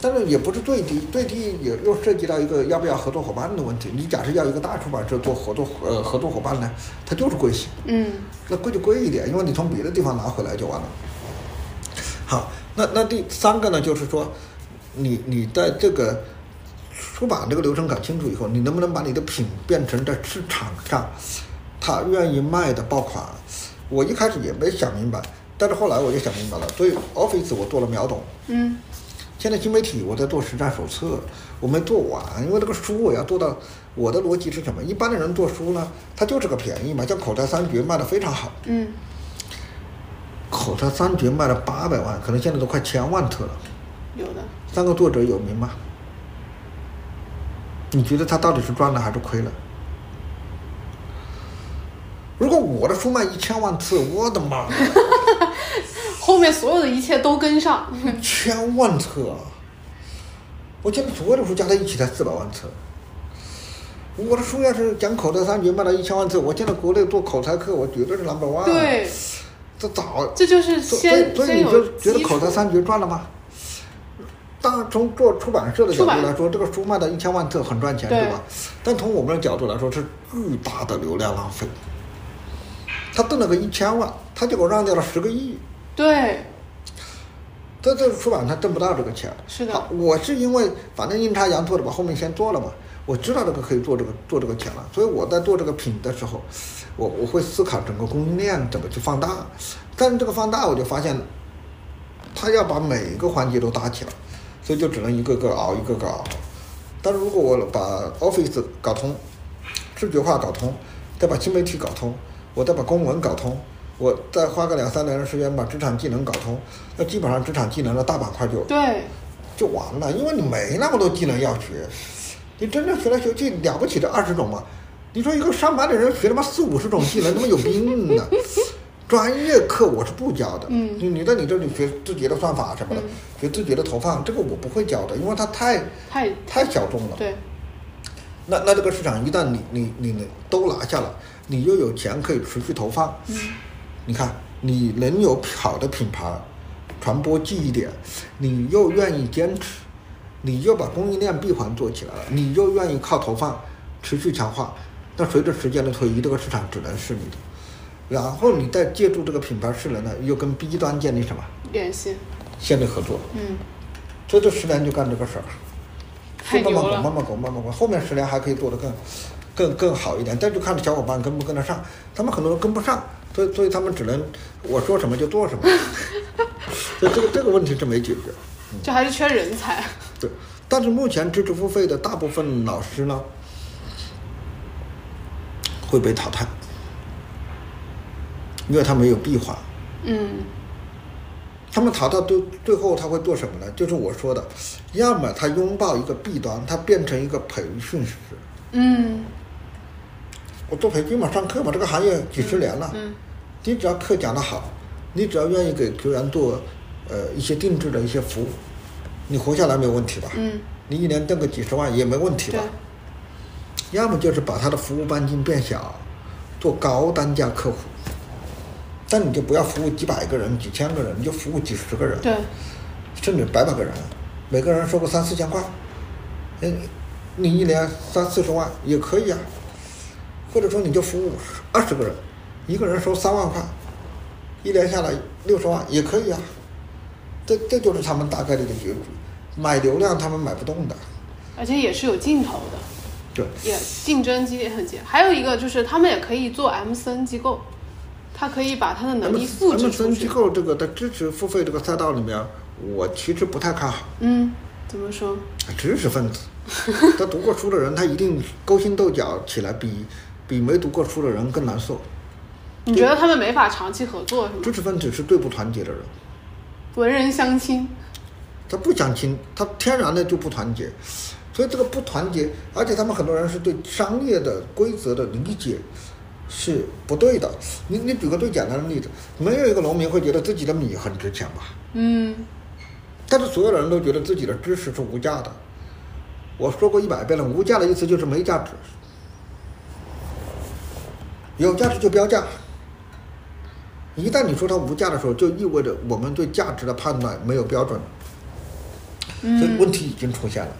但是也不是最低，最低也又涉及到一个要不要合作伙伴的问题。你假设要一个大出版社做合作呃合作伙伴呢，它就是贵些，嗯那贵就贵一点，因为你从别的地方拿回来就完了。好，那那第三个呢，就是说，你你在这个出版这个流程搞清楚以后，你能不能把你的品变成在市场上他愿意卖的爆款？我一开始也没想明白，但是后来我就想明白了，所以 Office 我做了秒懂，嗯现在新媒体我在做实战手册，我没做完，因为这个书我要做到。我的逻辑是什么？一般的人做书呢，他就是个便宜嘛，像《口袋三绝》卖的非常好，嗯《口袋三绝》卖了八百万，可能现在都快千万册了。有的。三个作者有名吗？你觉得他到底是赚了还是亏了？如果我的书卖一千万册，我的妈，后面所有的一切都跟上，一千万册啊！我现在所有的书加在一起才四百万册。我的书要是讲口袋三绝卖到一千万册，我现在国内做口才课，我绝对是 number one。，对，这早这就是所以先所以先你有就觉得基口础袋。三绝赚了吗？当然，从做出版社的角出版度来说，这个书卖到一千万册很赚钱，对吧？但从我们的角度来说，是巨大的流量浪费。他挣了个一千万，他就给我让掉了十个亿，对，这这出版他挣不到这个钱。是的好我是因为反正阴差阳错的把后面先做了嘛，我知道这个可以做这个做这个钱了，所以我在做这个品的时候，我我会思考整个供应链怎么去放大，但是这个放大我就发现，他要把每一个环节都搭起来，所以就只能一个个熬一个个熬。但是如果我把 Office 搞通，视觉化搞通，再把新媒体搞通，我再把公文搞通，我再花个两三年的时间把职场技能搞通，那基本上职场技能的大板块就对，就完了，因为你没那么多技能要学，你真正学来学去了不起的二十种嘛？你说一个上班的人学他妈四五十种技能，他妈有病呢！ 专业课我是不教的，嗯你你在你这里学字节的算法什么的，嗯学字节的投放，这个我不会教的，因为它太太太小众了。对，那那这个市场一旦你你你你都拿下了，你又有钱可以持续投放，你看你能有好的品牌，传播记忆点，你又愿意坚持，你又把供应链闭环做起来了，你又愿意靠投放持续强化，那随着时间的推移，这个市场只能是你的。然后你再借助这个品牌势能呢，又跟 B 端建立什么联系，线略合作，嗯，所以这十年就干这个事儿。太慢慢牛滚，了，慢慢滚，慢慢滚。后面十年还可以做得更、更、更好一点，但就看小伙伴跟不跟得上。他们很多人跟不上，所以所以他们只能我说什么 就做什么。所以这个这个问题是没解决。这还是缺人才，对，但是目前知识付费的大部分老师呢，会被淘汰，因为他没有闭环。嗯，他们淘到最最后他会做什么呢？就是我说的，要么他拥抱一个弊端，他变成一个培训师。嗯，我做培训嘛，上课嘛，这个行业几十年了。嗯你只要课讲得好，你只要愿意给学员做呃一些定制的一些服务，你活下来没有问题吧？嗯，你一年挣个几十万也没问题吧对？，要么就是把他的服务半径变小，做高单价客户，但你就不要服务几百个人、几千个人，你就服务几十个人。对，甚至百把个人，每个人收个三四千块，哎，你一年三四十万也可以啊。或者说你就服务二十个人，一个人收三万块，一年下来六十万也可以啊。这这就是他们大概率的结局，买流量他们买不动的。而且也是有尽头的，对，也竞争激烈很激烈。还有一个就是他们也可以做 MCN 机构，他可以把他的咱能们力复咱制们出分机去。构这个在支持付费这个赛道里面，我其实不太看好。嗯，怎么说？知识分子，他读过书的人，他一定勾心斗角起来比比没读过书的人更难受。你觉得他们没法长期合作是吗？知识分子是最不团结的人，文人相亲，他不讲清，他天然的就不团结，所以这个不团结，而且他们很多人是对商业的规则的理解是不对的。你你举个最简单的例子，没有一个农民会觉得自己的米很值钱吧？嗯，但是所有人都觉得自己的知识是无价的。我说过一百遍了，无价的意思就是没价值，有价值就标价。一旦你说它无价的时候，就意味着我们对价值的判断没有标准，所以问题已经出现了。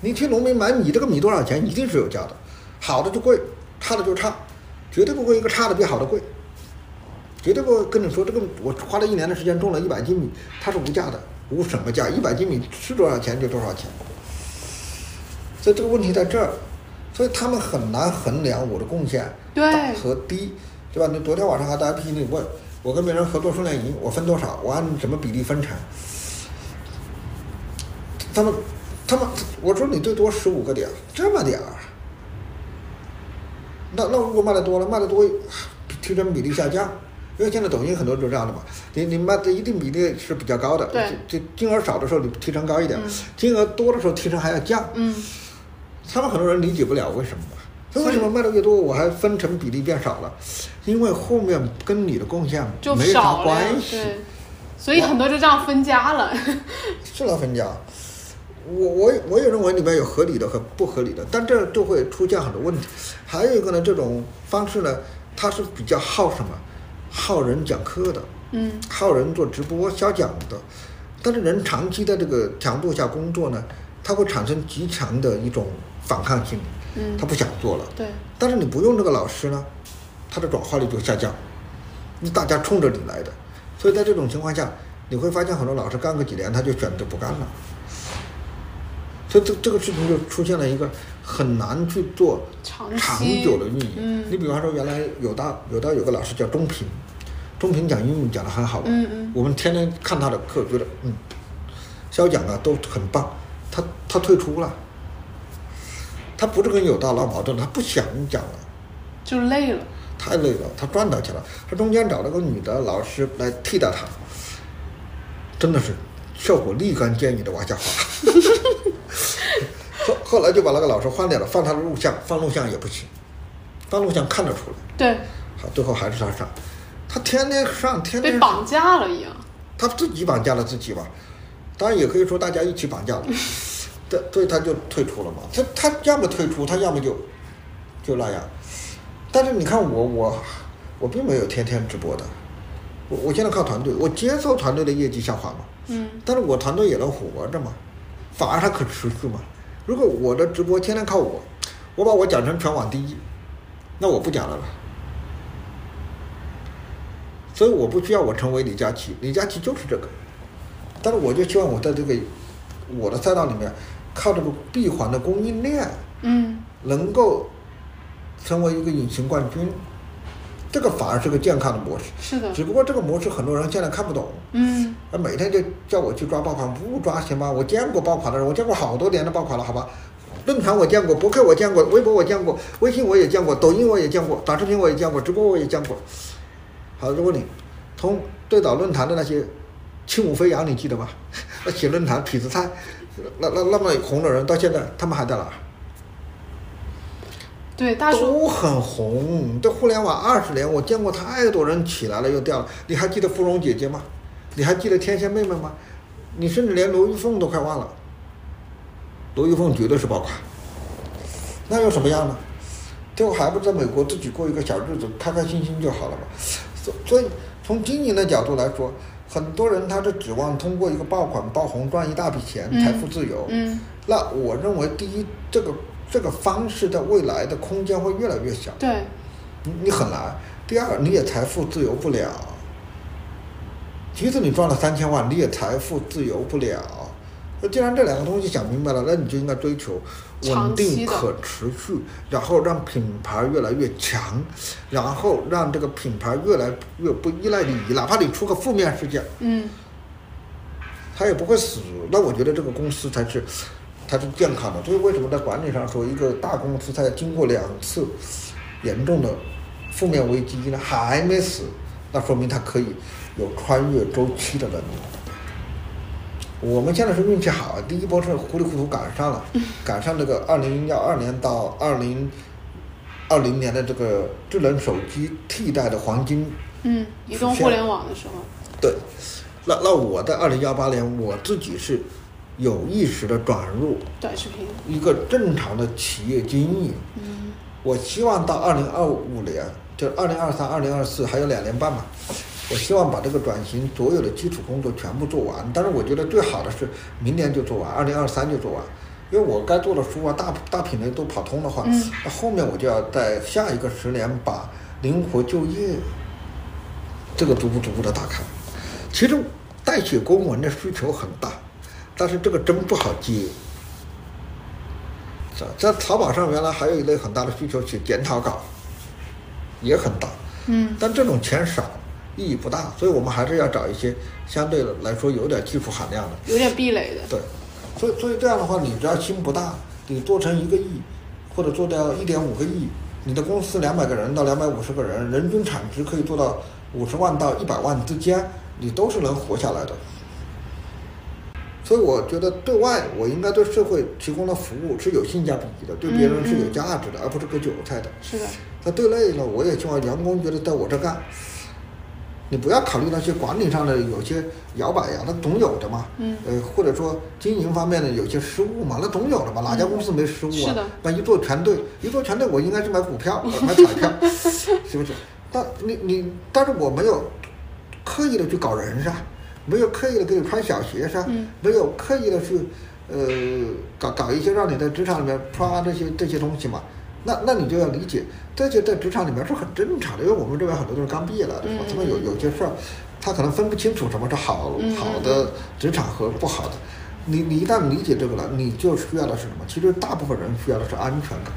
你去农民买米，这个米多少钱，一定是有价的，好的就贵，差的就差，绝对不会一个差的比好的贵。绝对不会跟你说这个，我花了一年的时间种了一百斤米，它是无价的，无什么价，一百斤米是多少钱就多少钱。所以这个问题在这儿，所以他们很难衡量我的贡献对大和低，对吧？你昨天晚上还大家批评你问我跟别人合作训练营，我分多少，我按什么比例分成？他们他们我说你最多十五个点，这么点儿，啊那那如果卖的多了，卖的多提成比例下降。因为现在抖音很多就是这样的嘛，你你卖的一定比例是比较高的，对这这金额少的时候你提成高一点，金额多的时候提成还要降，嗯，他们很多人理解不了为什么嘛。他所以为什么卖的越多，我还分成比例变少了？因为后面跟你的贡献就没啥少了呀关，系，对，所以很多就这样分家了， 是老分家。我我也我也认为里面有合理的和不合理的，但这就会出现很多问题。还有一个呢，这种方式呢，它是比较耗什么？耗人讲课的，嗯，耗人做直播瞎讲的。但是人长期在这个强度下工作呢，他会产生极强的一种反抗心理，嗯他不想做了。对，但是你不用这个老师呢，他的转化率就下降，你大家冲着你来的，所以在这种情况下，你会发现很多老师干个几年他就选择不干了，所以这这个事情就出现了一个很难去做长长期久的运营。嗯你比方说原来有大有大有个老师叫钟平，钟平讲英语讲得很好，啊嗯嗯我们天天看他的课，觉得嗯，肖讲啊都很棒，他他退出了。他不是跟有大闹矛盾，他不想讲了，就累了，太累了，他赚到钱了。他中间找了个女的老师来替代他，真的是效果立竿见影的往下滑。 后后来就把那个老师换掉了，放他的录像，放录像也不行，放录像看得出来。对，好，最后还是他上，他天天上，天被天上绑架了一样，他自己绑架了自己吧，当然也可以说大家一起绑架了，对，所以他就退出了嘛。他他要么退出，他要么就就那样。但是你看我我我并没有天天直播的，我我现在靠团队，我接受团队的业绩下滑嘛，嗯，但是我团队也能活着嘛，反而它可持续嘛。如果我的直播天天靠我，我把我讲成全网第一，那我不讲了吧。所以我不需要我成为李佳琦，李佳琦就是这个。但是我就希望我在这个我的赛道里面，靠这个闭环的供应链，嗯，能够成为一个隐形冠军，这个反而是个健康的模式。是的，只不过这个模式很多人现在看不懂，嗯，啊，每天就叫我去抓爆款，不抓行吗？我见过爆款的人，我见过好多年的爆款了，好吧？论坛我见过，博客我见过，微博我见过，微信我也见过，抖音我也见过，短视频我也见过，直播我也见过。好，如果你从最早论坛的那些轻舞飞扬，啊你记得吧？ 那写论坛痞子蔡，那那那么红的人，到现在他们还在哪儿？对，大叔，都很红。这互联网二十年，我见过太多人起来了又掉了。你还记得芙蓉姐姐吗？你还记得天仙妹妹吗？你甚至连罗玉凤都快忘了。罗玉凤绝对是爆款，那又什么样呢？最后还不是在美国自己过一个小日子，开开心心就好了嘛。所所以从经营的角度来说，很多人他是指望通过一个爆款爆红赚一大笔钱，嗯财富自由。嗯，那我认为，第一，这个这个方式在未来的空间会越来越小，对，你你很难。第二，你也财富自由不了。即使你赚了三千万，你也财富自由不了。那既然这两个东西想明白了，那你就应该追求稳长期定、的可持续，然后让品牌越来越强，然后让这个品牌越来越不依赖你，哪怕你出个负面事件，嗯，他也不会死。那我觉得这个公司才是才是健康的。所以为什么在管理上说，一个大公司在经过两次严重的负面危机呢，还没死，那说明它可以有穿越周期的能力。我们现在是运气好，第一波是糊里糊涂赶上了， 赶上这个二零幺二年到二零二零年的这个智能手机替代的黄金嗯，移动互联网的时候，对，那那我在二零幺八年我自己是有意识的转入短视频，一个正常的企业经营。嗯，我希望到二零二五年，就是二零二三、二零二四还有两年半嘛，我希望把这个转型所有的基础工作全部做完。但是我觉得最好的是明年就做完，二零二三就做完。因为我该做的书啊，大大品类都跑通的话，嗯那后面我就要在下一个十年把灵活就业这个逐步逐步的打开。其实带血公文的需求很大，但是这个真不好接。在在淘宝上原来还有一类很大的需求，写检讨稿，也很大，嗯，但这种钱少，意义不大，所以我们还是要找一些相对来说有点技术含量的。有点壁垒的，对，所以所以这样的话，你只要心不大，你做成一个亿，或者做到一点五个亿，你的公司两百个人到两百五十个人，人均产值可以做到五十万到一百万之间，你都是能活下来的。所以我觉得对外我应该对社会提供的服务是有性价比的，对别人是有价值的，而不是割韭菜的。是的，那对内呢，我也希望员工觉得在我这干，你不要考虑那些管理上的有些摇摆啊呀，那总有的嘛。嗯呃，或者说经营方面的有些失误嘛，那总有的嘛，哪家公司没失误啊？是的那一做全对，一做全对，我应该去买股票，呃买彩票，是不是？但你你，但是我没有刻意的去搞人噻，没有刻意的给你穿小鞋噻，嗯没有刻意的去呃搞搞一些让你在职场里面啪这些这些东西嘛。那那你就要理解，这些在职场里面是很正常的，因为我们这边很多都是刚毕业来的，是吧？嗯他们有有些事儿，他可能分不清楚什么是好嗯好的职场和不好的。你你一旦理解这个了，你就需要的是什么？其实大部分人需要的是安全感。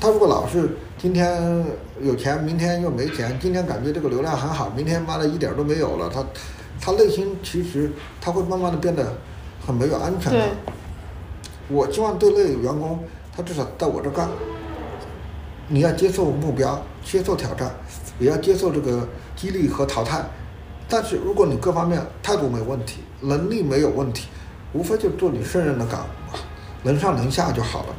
他如果老是今天有钱，明天又没钱，今天感觉这个流量很好，明天妈的一点儿都没有了，他他内心其实他会慢慢的变得很没有安全感对。我希望对内员工，他至少在我这干，你要接受目标，接受挑战，也要接受这个激励和淘汰。但是如果你各方面态度没问题，能力没有问题，无非就做你胜任的岗，能上能下就好了嘛。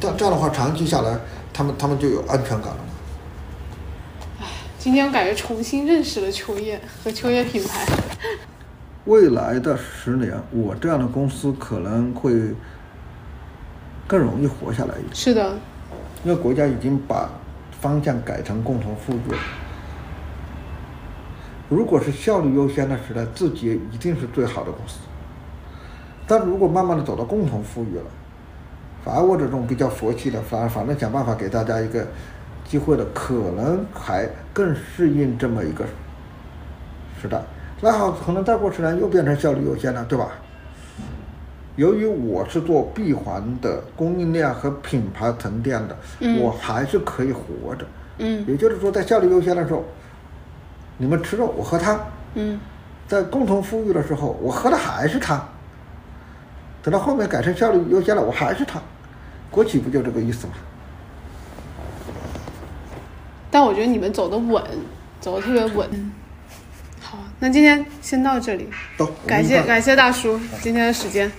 但这样的话，长期下来，他们他们就有安全感了嘛。今天我感觉重新认识了秋叶和秋叶品牌。未来的十年，我这样的公司可能会更容易活下来一点。是的，因为国家已经把方向改成共同富裕了。如果是效率优先的时代，字节一定是最好的公司。但如果慢慢的走到共同富裕了，反而我这种比较佛系的，反反正想办法给大家一个机会的，可能还更适应这么一个时代。那好，可能再过十年又变成效率优先了，对吧？由于我是做闭环的供应链和品牌沉淀的，嗯我还是可以活着。嗯也就是说，在效率优先的时候，你们吃肉，我喝汤；嗯，在共同富裕的时候，我喝的还是汤。等到后面改成效率优先了，我还是汤。国企不就这个意思吗？但我觉得你们走的稳，走的特别稳。好，那今天先到这里，走，我们感一谢块儿感谢大叔今天的时间。